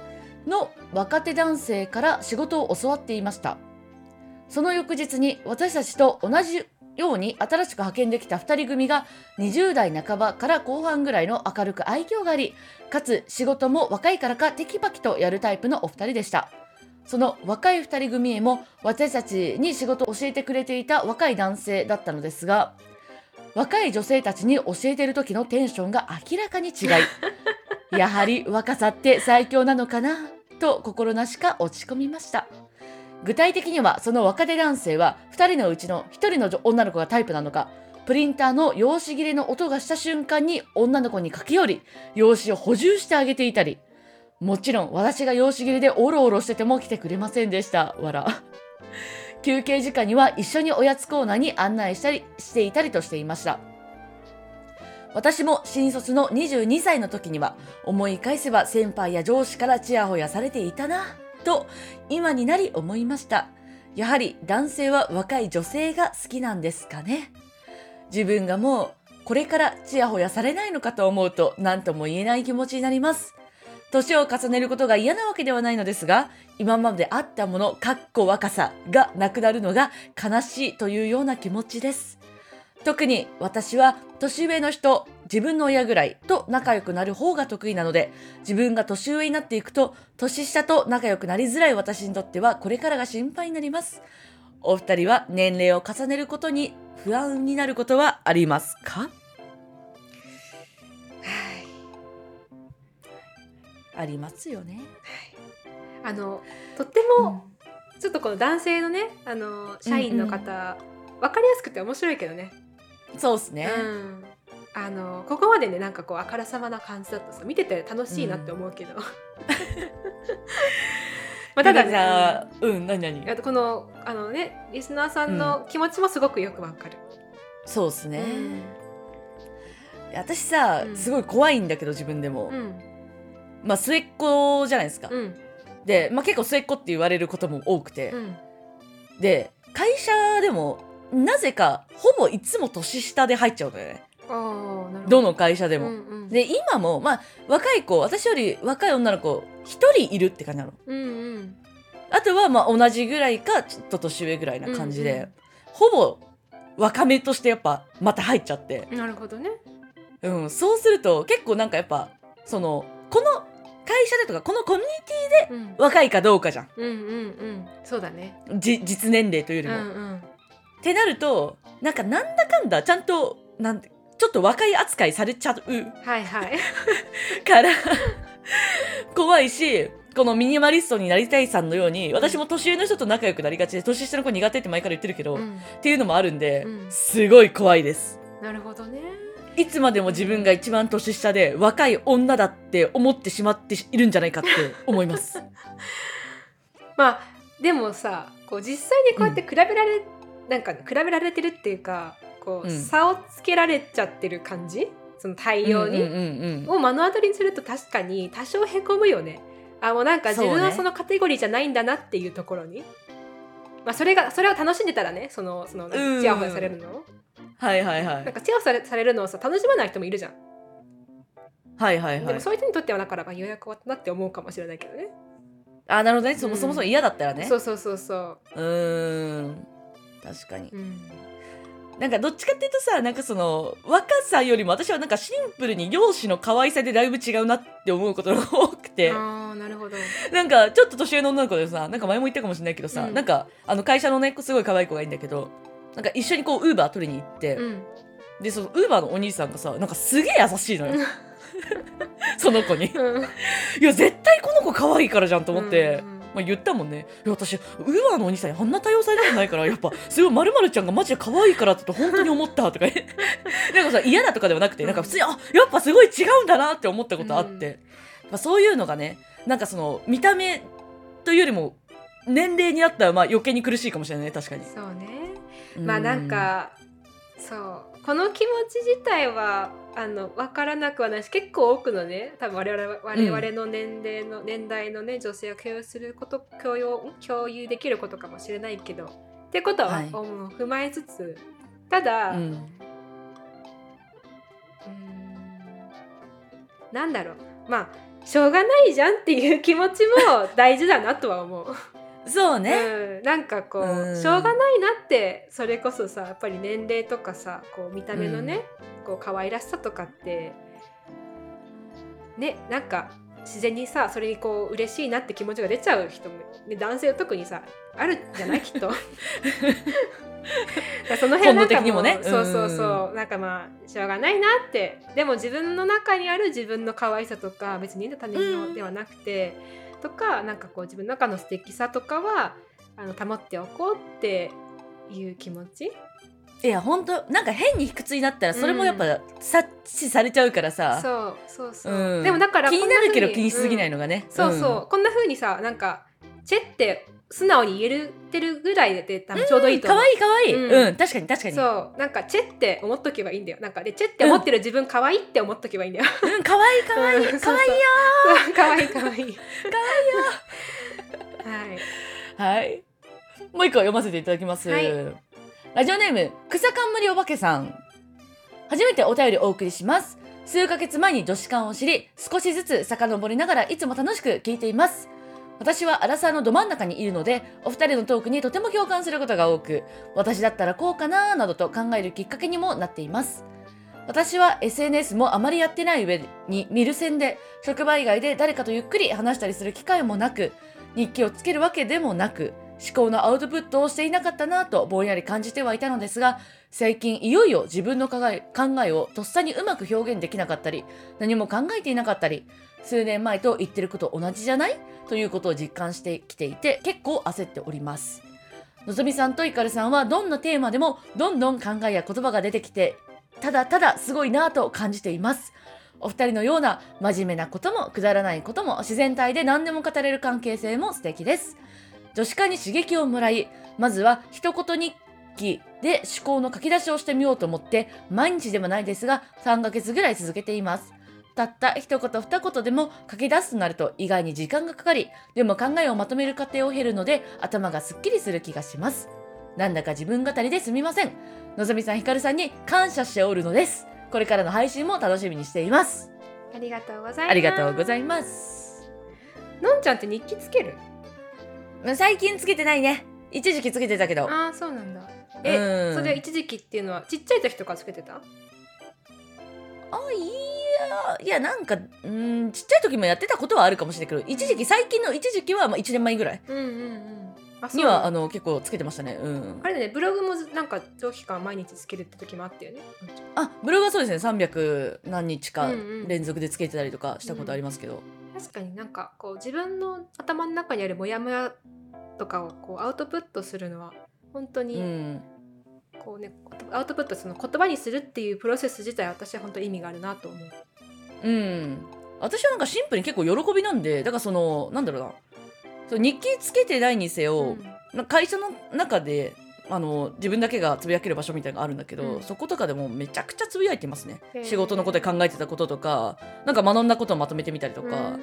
Speaker 1: の若手男性から仕事を教わっていましたその翌日に私たちと同じように新しく派遣できた2人組が20代半ばから後半ぐらいの明るく愛嬌がありかつ仕事も若いからかテキパキとやるタイプのお二人でしたその若い2人組へも私たちに仕事を教えてくれていた若い男性だったのですが若い女性たちに教えてる時のテンションが明らかに違いやはり若さって最強なのかなと心なしか落ち込みました具体的にはその若手男性は2人のうちの1人の女女の子がタイプなのかプリンターの用紙切れの音がした瞬間に女の子に駆け寄り用紙を補充してあげていたりもちろん私が用紙切れでオロオロしてても来てくれませんでした。わら。休憩時間には一緒におやつコーナーに案内したりしていたりとしていました。私も新卒の22歳の時には思い返せば先輩や上司からチヤホヤされていたなと今になり思いました。やはり男性は若い女性が好きなんですかね。自分がもうこれからチヤホヤされないのかと思うと何とも言えない気持ちになります。年を重ねることが嫌なわけではないのですが今まであったものかっこ若さがなくなるのが悲しいというような気持ちです特に私は年上の人自分の親ぐらいと仲良くなる方が得意なので自分が年上になっていくと年下と仲良くなりづらい私にとってはこれからが心配になりますお二人は年齢を重ねることに不安になることはありますかありますよね、
Speaker 2: あの、とっても、ちょっとこの男性のね、あの社員の方。わ、かりやすくて面白いけどね。
Speaker 1: そうです
Speaker 2: う
Speaker 1: ね、
Speaker 2: ん。あのここまでねなんかこうあからさまな感じだとさ見てて楽しいなって思うけど、 まあた
Speaker 1: な
Speaker 2: だ
Speaker 1: ん
Speaker 2: ね
Speaker 1: かさうん何何
Speaker 2: あとこのあのねリスナーさんの気持ちもすごくよくわかる。
Speaker 1: そうです
Speaker 2: う
Speaker 1: ね、
Speaker 2: ん
Speaker 1: 私さ、
Speaker 2: うん
Speaker 1: すごい怖いんだけど自分でも、
Speaker 2: うん
Speaker 1: まあ末っ子じゃないですか、
Speaker 2: うん
Speaker 1: で、まあ、結構末っ子って言われることも多くて
Speaker 2: う、ん
Speaker 1: で会社でもなぜかほぼいつも年下で入っちゃうんだよね
Speaker 2: あーなるほ
Speaker 1: どの会社でも、
Speaker 2: うんうん
Speaker 1: で今もまあ若い子私より若い女の子一人いるって感じなの
Speaker 2: うんうん
Speaker 1: あとはまあ同じぐらいかちょっと年上ぐらいな感じで、
Speaker 2: うんうん
Speaker 1: ほぼ若めとしてやっぱまた入っちゃって、
Speaker 2: なるほどね。
Speaker 1: うん、そうすると結構なんかやっぱそのこの会社でとかこのコミュニティ
Speaker 2: うん
Speaker 1: 若いかどうかじゃ
Speaker 2: うんうんうんそうだね。
Speaker 1: んじ実年齢というよ
Speaker 2: う
Speaker 1: り
Speaker 2: んう
Speaker 1: も。
Speaker 2: ん
Speaker 1: ってなるとなんかなんだかんだちゃんとなんてちょっと若い扱いされちゃう
Speaker 2: はい はい。
Speaker 1: から 怖いしこのミニマリストになりたいさんのように私も年上の人と仲良くなりがちで年下の子苦手って前から言ってるけど、
Speaker 2: う
Speaker 1: っ
Speaker 2: ん
Speaker 1: ていうのもあるんで、
Speaker 2: うん
Speaker 1: すごい怖いです
Speaker 2: なるほどね。
Speaker 1: いつまでも自分が一番年下で若い女だって思ってしまっているんじゃないかって思います
Speaker 2: まあでもさこう実際にこうやって比べられ、なんか比べられてるっていうかこう、
Speaker 1: うん
Speaker 2: 差をつけられちゃってる感じその対応に、
Speaker 1: うんうんうんうん
Speaker 2: を目の当たりにすると確かに多少へこむよねあもうなんか自
Speaker 1: そうね
Speaker 2: 分はそのカテゴリーじゃないんだなっていうところに、まあそれがそれを楽しんでたらねそのその
Speaker 1: うん
Speaker 2: チヤホヤされるのを
Speaker 1: はいはいはい
Speaker 2: なんかチヤホヤされされるのをさ楽しまない人もいるじゃん、
Speaker 1: はいはい
Speaker 2: で
Speaker 1: は
Speaker 2: も
Speaker 1: い
Speaker 2: そういう人にとってはだからまあようやく終わったなって思うかもしれないけどね
Speaker 1: あなるほどねそ,、
Speaker 2: うん
Speaker 1: そもそも嫌だったらね
Speaker 2: そうそうそうそう
Speaker 1: ーん確かに
Speaker 2: う、うん、
Speaker 1: なんかどっちかっていうとさなんかその若さよりも私はなんかシンプルに容姿の可愛さでだいぶ違うなって思うことが多くて
Speaker 2: ああなるほど
Speaker 1: なんかちょっと年上の女の子でさなんか前も言ったかもしれないけどさ、
Speaker 2: うん
Speaker 1: なんかあの会社のねすごい可愛い子がいいんだけどなんか一緒にこうウーバー取りに行って、
Speaker 2: うん
Speaker 1: でそのウーバーのお兄さんがさなんかすげえ優しいのよ その子にい
Speaker 2: うん
Speaker 1: や絶対この子可愛いからじゃ んと思って。
Speaker 2: うんうん
Speaker 1: まあ、言ったもんねいや私ウーバーのお兄さんにあんな対応されたくないからやっぱすごいまるちゃんがマジで可愛いからって本当に思ったとか 言うなんかさ嫌だとかではなくてなんか普通にあやっぱすごい違うんだなって思ったことあって、まあ、そういうのがねなんかその見た目というよりも年齢にあったらまあ余計に苦しいかもしれないね確かに。
Speaker 2: そうねまあなんかそうこの気持ち自体はあの分からなくはないし結構多くのね多分我々は我々の年齢の、年代のね女性を共有すること共有共有できることかもしれないけどってことは、
Speaker 1: はい
Speaker 2: うん踏まえつつただ、
Speaker 1: う
Speaker 2: うん
Speaker 1: ん、
Speaker 2: なんだろうまあしょうがないじゃんっていう気持ちも大事だなとは思う。
Speaker 1: そうね、
Speaker 2: うん、なんかこう、
Speaker 1: うん
Speaker 2: しょうがないなってそれこそさやっぱり年齢とかさこう見た目のね、こう可愛らしさとかってねなんか自然にさそれにこう嬉しいなって気持ちが出ちゃう人も、ね、男性は特にさあるじゃない きっと。だからその辺なんか
Speaker 1: 本能的にもね
Speaker 2: そうそうそう、なんかまあしょうがないなってでも自分の中にある自分の可愛さとか別に他人のではなくて、とかなんかこう自分の中の素敵さとかはあの保っておこうっていう気持ち
Speaker 1: いや本当なんか変に卑屈になったらそれもやっぱ察知されちゃうからさ、
Speaker 2: そうそうそう、
Speaker 1: うん
Speaker 2: でもだから
Speaker 1: 気になるけど
Speaker 2: こん
Speaker 1: 気にしすぎない
Speaker 2: の、
Speaker 1: のがね、
Speaker 2: うんそうそう、
Speaker 1: ん
Speaker 2: こんな風にさなんかチェって素直に言えるてるぐらいで多分ちょうどいいと
Speaker 1: 可
Speaker 2: 思う、
Speaker 1: 愛い可愛い
Speaker 2: うん
Speaker 1: うん、確かに確かに
Speaker 2: そうなんかチェって思っとけばいいんだよなんかでチェって思ってる自分可愛いって思っとけばいいんだよ
Speaker 1: うん、かわいいか わいい、
Speaker 2: うん
Speaker 1: かわいいよ
Speaker 2: そう可愛い可愛い可愛いよはい
Speaker 1: はい。もう一個読ませていただきます。
Speaker 2: はい
Speaker 1: ラジオネーム、草冠おばけさん。初めてお便りお送りします。数ヶ月前に女子館を知り、少しずつ遡りながらいつも楽しく聞いています。私は荒沢のど真ん中にいるので、お二人のトークにとても共感することが多く、私だったらこうかななどと考えるきっかけにもなっています。私は SNS もあまりやってない上に見る線で職場以外で誰かとゆっくり話したりする機会もなく日記をつけるわけでもなく思考のアウトプットをしていなかったなとぼんやり感じてはいたのですが最近いよいよ自分の考え考えをとっさにうまく表現できなかったり何も考えていなかったり数年前と言ってること同じじゃないということを実感してきていて結構焦っております。のぞみさんといかるさんはどんなテーマでもどんどん考えや言葉が出てきてただただすごいなぁと感じています。お二人のような真面目なこともくだらないことも自然体で何でも語れる関係性も素敵です女子会に刺激をもらいまずは一言日記で思考の書き出しをしてみようと思って毎日でもないですが3ヶ月ぐらい続けていますたった一言二言でも書き出すとなると意外に時間がかかりでも考えをまとめる過程を経るので頭がすっきりする気がしますなんだか自分語りですみませんのぞみさんひかるさんに感謝しておるのですこれからの配信も楽しみにしています
Speaker 2: ありがとうございます
Speaker 1: ありがとうございます
Speaker 2: のんちゃんって日記つける
Speaker 1: 最近つけてないね一時期つけてたけど
Speaker 2: ああそうなんだえ、
Speaker 1: うん
Speaker 2: それは一時期っていうのはちっちゃい時とかつけてた
Speaker 1: あいやいやなんかうんちっちゃい時もやってたことはあるかもしれないけど一時期最近の一時期は、まあ、1年前ぐらい
Speaker 2: うんうんうんあそう
Speaker 1: には
Speaker 2: な
Speaker 1: あ
Speaker 2: んだ
Speaker 1: の結構つけてましたねうん
Speaker 2: あれだねブログもなんか長期間毎日つけるって時もあったよね
Speaker 1: あブログはそうですね300何日か
Speaker 2: うんうん
Speaker 1: 連続でつけてたりとかしたことありますけど、
Speaker 2: 確かになんかこう自分の頭の中にあるモヤモヤとかをこうアウトプットするのは本当
Speaker 1: うん
Speaker 2: にこうね、アウトプットその言葉にするっていうプロセス自体私は本当意味があるなと思う。
Speaker 1: うん私はなんかシンプルに結構喜びなんでだからそのなんだろうなそう日記つけてないにせよ、
Speaker 2: うん
Speaker 1: な会社の中であの自分だけがつぶやける場所みたいなのがあるんだけど、
Speaker 2: うん
Speaker 1: そことかでもめちゃくちゃつぶやいてますね
Speaker 2: へー
Speaker 1: 仕事のことで考えてたこととかなんか学んだことをまとめてみたりとか、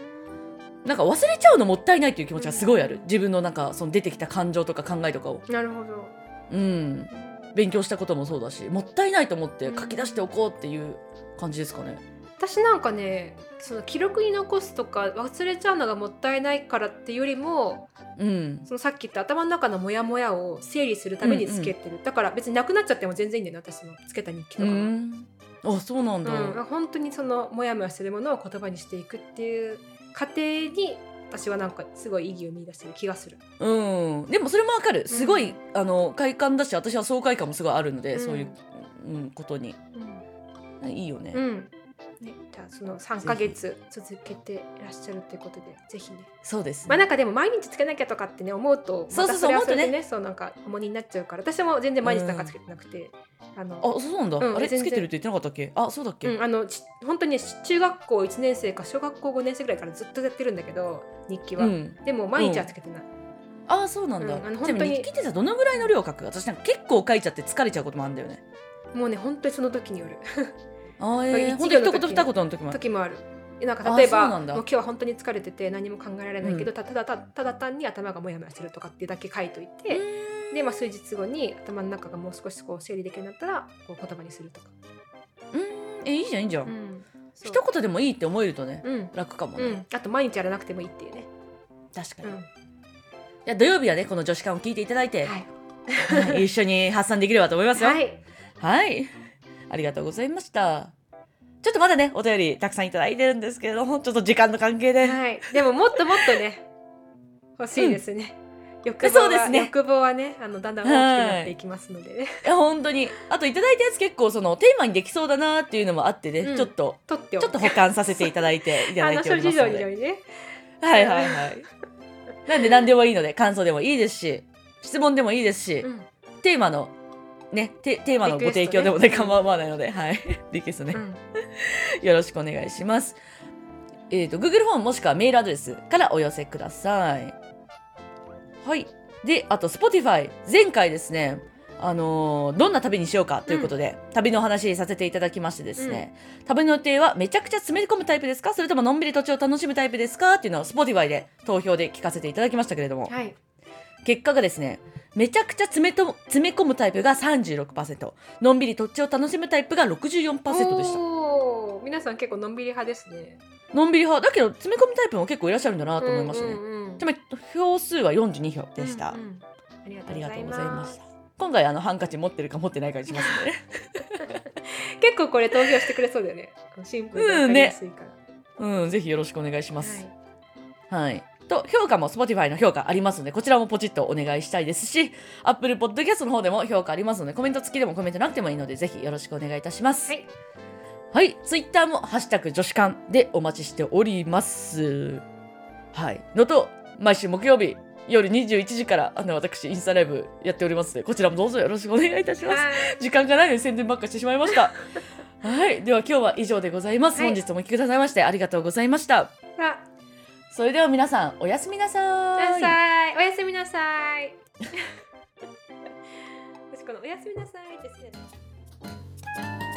Speaker 1: なんか忘れちゃうのもったいないっていう気持ちがすごいある、
Speaker 2: うん
Speaker 1: 自分のなんかその出てきた感情とか考えとかを
Speaker 2: うんなるほど。
Speaker 1: うん勉強したこともそうだしもったいないと思って書き出しておこうっていう感じですかね。
Speaker 2: 私なんかねその記録に残すとか忘れちゃうのがもったいないからっていうよりも
Speaker 1: うん、
Speaker 2: そのさっき言った頭の中のモヤモヤを整理するためにつけてる、だから別になくなっちゃっても全然いいんだよね私のつけた日記と
Speaker 1: う
Speaker 2: かは。うん
Speaker 1: ん、あそうなんだ、
Speaker 2: 本当にそのモヤモヤするものを言葉にしていくっていう過程に私はなんかすごい意義を見出してる気がする。
Speaker 1: うん、でもそれもわかるすごい、あの快感だし私は爽快感もすごいあるので、
Speaker 2: うん
Speaker 1: そういう、うん、ことに
Speaker 2: うん
Speaker 1: いいよね、
Speaker 2: うん。ね、じゃあその3ヶ月続けていらっしゃるということでぜひね
Speaker 1: そうです
Speaker 2: まあ
Speaker 1: ね、
Speaker 2: なんかでも毎日つけなきゃとかってね思うと
Speaker 1: そうそうそう
Speaker 2: またれはれで
Speaker 1: 思
Speaker 2: ねそうなんか重荷になっちゃうから私も全然毎日なんかつけてなくて、あの
Speaker 1: あそうなんだ、
Speaker 2: うん
Speaker 1: あれ
Speaker 2: 全然
Speaker 1: つけてるって言ってなかったっけあそうだっけ、
Speaker 2: うん、あのち本当に中学校1年生か小学校5年生ぐらいからずっとやってるんだけど日記は、
Speaker 1: うん
Speaker 2: でも毎日はつけてない、
Speaker 1: あそうなんだ、
Speaker 2: うんあの
Speaker 1: ちなみ
Speaker 2: 本当
Speaker 1: に
Speaker 2: に
Speaker 1: 日記ってさどのぐらいの量書く私なんか結構書いちゃって疲れちゃうこともあるんだよね
Speaker 2: もうね本当にその時による
Speaker 1: あえー、
Speaker 2: 一
Speaker 1: ほん
Speaker 2: 行
Speaker 1: と
Speaker 2: の
Speaker 1: 一
Speaker 2: 時
Speaker 1: 言二言の時もある
Speaker 2: 時もあるなん
Speaker 1: あ
Speaker 2: か例え
Speaker 1: そう
Speaker 2: ば
Speaker 1: な
Speaker 2: も
Speaker 1: ん
Speaker 2: う
Speaker 1: だ
Speaker 2: 今日は本当に疲れてて何も考えられないけど、
Speaker 1: う
Speaker 2: ただただただ単に頭がモヤモヤしてるとかっていうだけ書いといて、で、まあ、数日後に頭の中がもう少しこう整理できるようになったらこう言葉にするとか、
Speaker 1: うんえいいじゃんいいじゃん、
Speaker 2: ん、そう
Speaker 1: 一言でもいいって思えるとね、
Speaker 2: うん、
Speaker 1: 楽かもね、
Speaker 2: うん、あと毎日やらなくてもいいっていうね、
Speaker 1: 確か
Speaker 2: う
Speaker 1: に、
Speaker 2: ん
Speaker 1: じゃあ土曜日はねこの女子館を聞いていただいて、
Speaker 2: はい、
Speaker 1: はい一緒に発散できればと思いますよ
Speaker 2: はい
Speaker 1: はい。ありがとうございました。ちょっとまだね、お便りたくさんいただいてるんですけれども、ちょっと時間の関係で。
Speaker 2: はい、でももっともっと ね欲しいですね、欲望
Speaker 1: そ
Speaker 2: は
Speaker 1: うですね
Speaker 2: 欲望はねあのだんだん大きくなっていきますのでね
Speaker 1: いや、本当に。あといただいたやつ結構そのテーマにできそうだなっていうのもあってね、
Speaker 2: うん
Speaker 1: ちょっと、
Speaker 2: 取ってお
Speaker 1: ちょっと保管させていただいて、いただ
Speaker 2: あ
Speaker 1: い
Speaker 2: の
Speaker 1: てお
Speaker 2: 諸
Speaker 1: りま
Speaker 2: 事
Speaker 1: す
Speaker 2: 情
Speaker 1: の
Speaker 2: によ
Speaker 1: で。
Speaker 2: りね
Speaker 1: はいはいはい。なんで何でもいいので、感想でもいいですし、質問でもいいですし、
Speaker 2: うん、
Speaker 1: テーマの、ね、テテーマのご提供でもね、
Speaker 2: リクエストね
Speaker 1: 構わないので、はい。リクエストね
Speaker 2: う。ん
Speaker 1: よろしくお願いします。えっ、と、Google フォームもしくはメールアドレスからお寄せください。はい。で、あと Spotify、前回ですね、あのーどんな旅にしようかということで、旅のお話させていただきましてですね、旅の予定はめちゃくちゃ詰め込むタイプですかそれとものんびり土地を楽しむタイプですかっていうのを Spotify で投票で聞かせていただきましたけれども、
Speaker 2: はい
Speaker 1: 結果がですねめちゃくちゃ詰めと詰め込むタイプが36%のんびり土地を楽しむタイプが64%でした。
Speaker 2: おー皆さん結構のんびり派ですね
Speaker 1: のんびり派だけど詰め込むタイプも結構いらっしゃるんだなと思いましたね、
Speaker 2: うんうんうん
Speaker 1: ちなみに票数は42票でした、
Speaker 2: うんうんありが
Speaker 1: ありがと
Speaker 2: と
Speaker 1: う
Speaker 2: う
Speaker 1: ご
Speaker 2: ご
Speaker 1: ざ
Speaker 2: ざ
Speaker 1: い
Speaker 2: い
Speaker 1: ま
Speaker 2: ま
Speaker 1: し
Speaker 2: す
Speaker 1: た今回あのハンカチ持ってるか持ってないかにします ので、ね、
Speaker 2: 結構これ投票してくれそうだよねシンプルでわかりやすいから、
Speaker 1: うんぜひよろしくお願いしま
Speaker 2: は
Speaker 1: す
Speaker 2: い
Speaker 1: はい、と評価も Spotify の評価ありますのでこちらもポチッとお願いしたいですし Apple Podcast の方でも評価ありますのでコメント付きでもコメントなくてもいいのでぜひよろしくお願いいたします
Speaker 2: は
Speaker 1: はい、
Speaker 2: い、
Speaker 1: Twitter も「ハッシュタグ女子館」でお待ちしておりますはいのと毎週木曜日夜21時からあの私インスタライブやっておりますのでこちらもどうぞよろしくお願いいたします
Speaker 2: はい
Speaker 1: 時間がないのに宣伝ばっかしてしまいました。はい、では今日は以上でございます。
Speaker 2: はい
Speaker 1: 本日もお聞きくださいましてありがとうございました。
Speaker 2: あ
Speaker 1: それでは皆さんおやすみなさ
Speaker 2: くだ
Speaker 1: い。
Speaker 2: さいおやすみなさ い私このおやすみなさいって好きなんです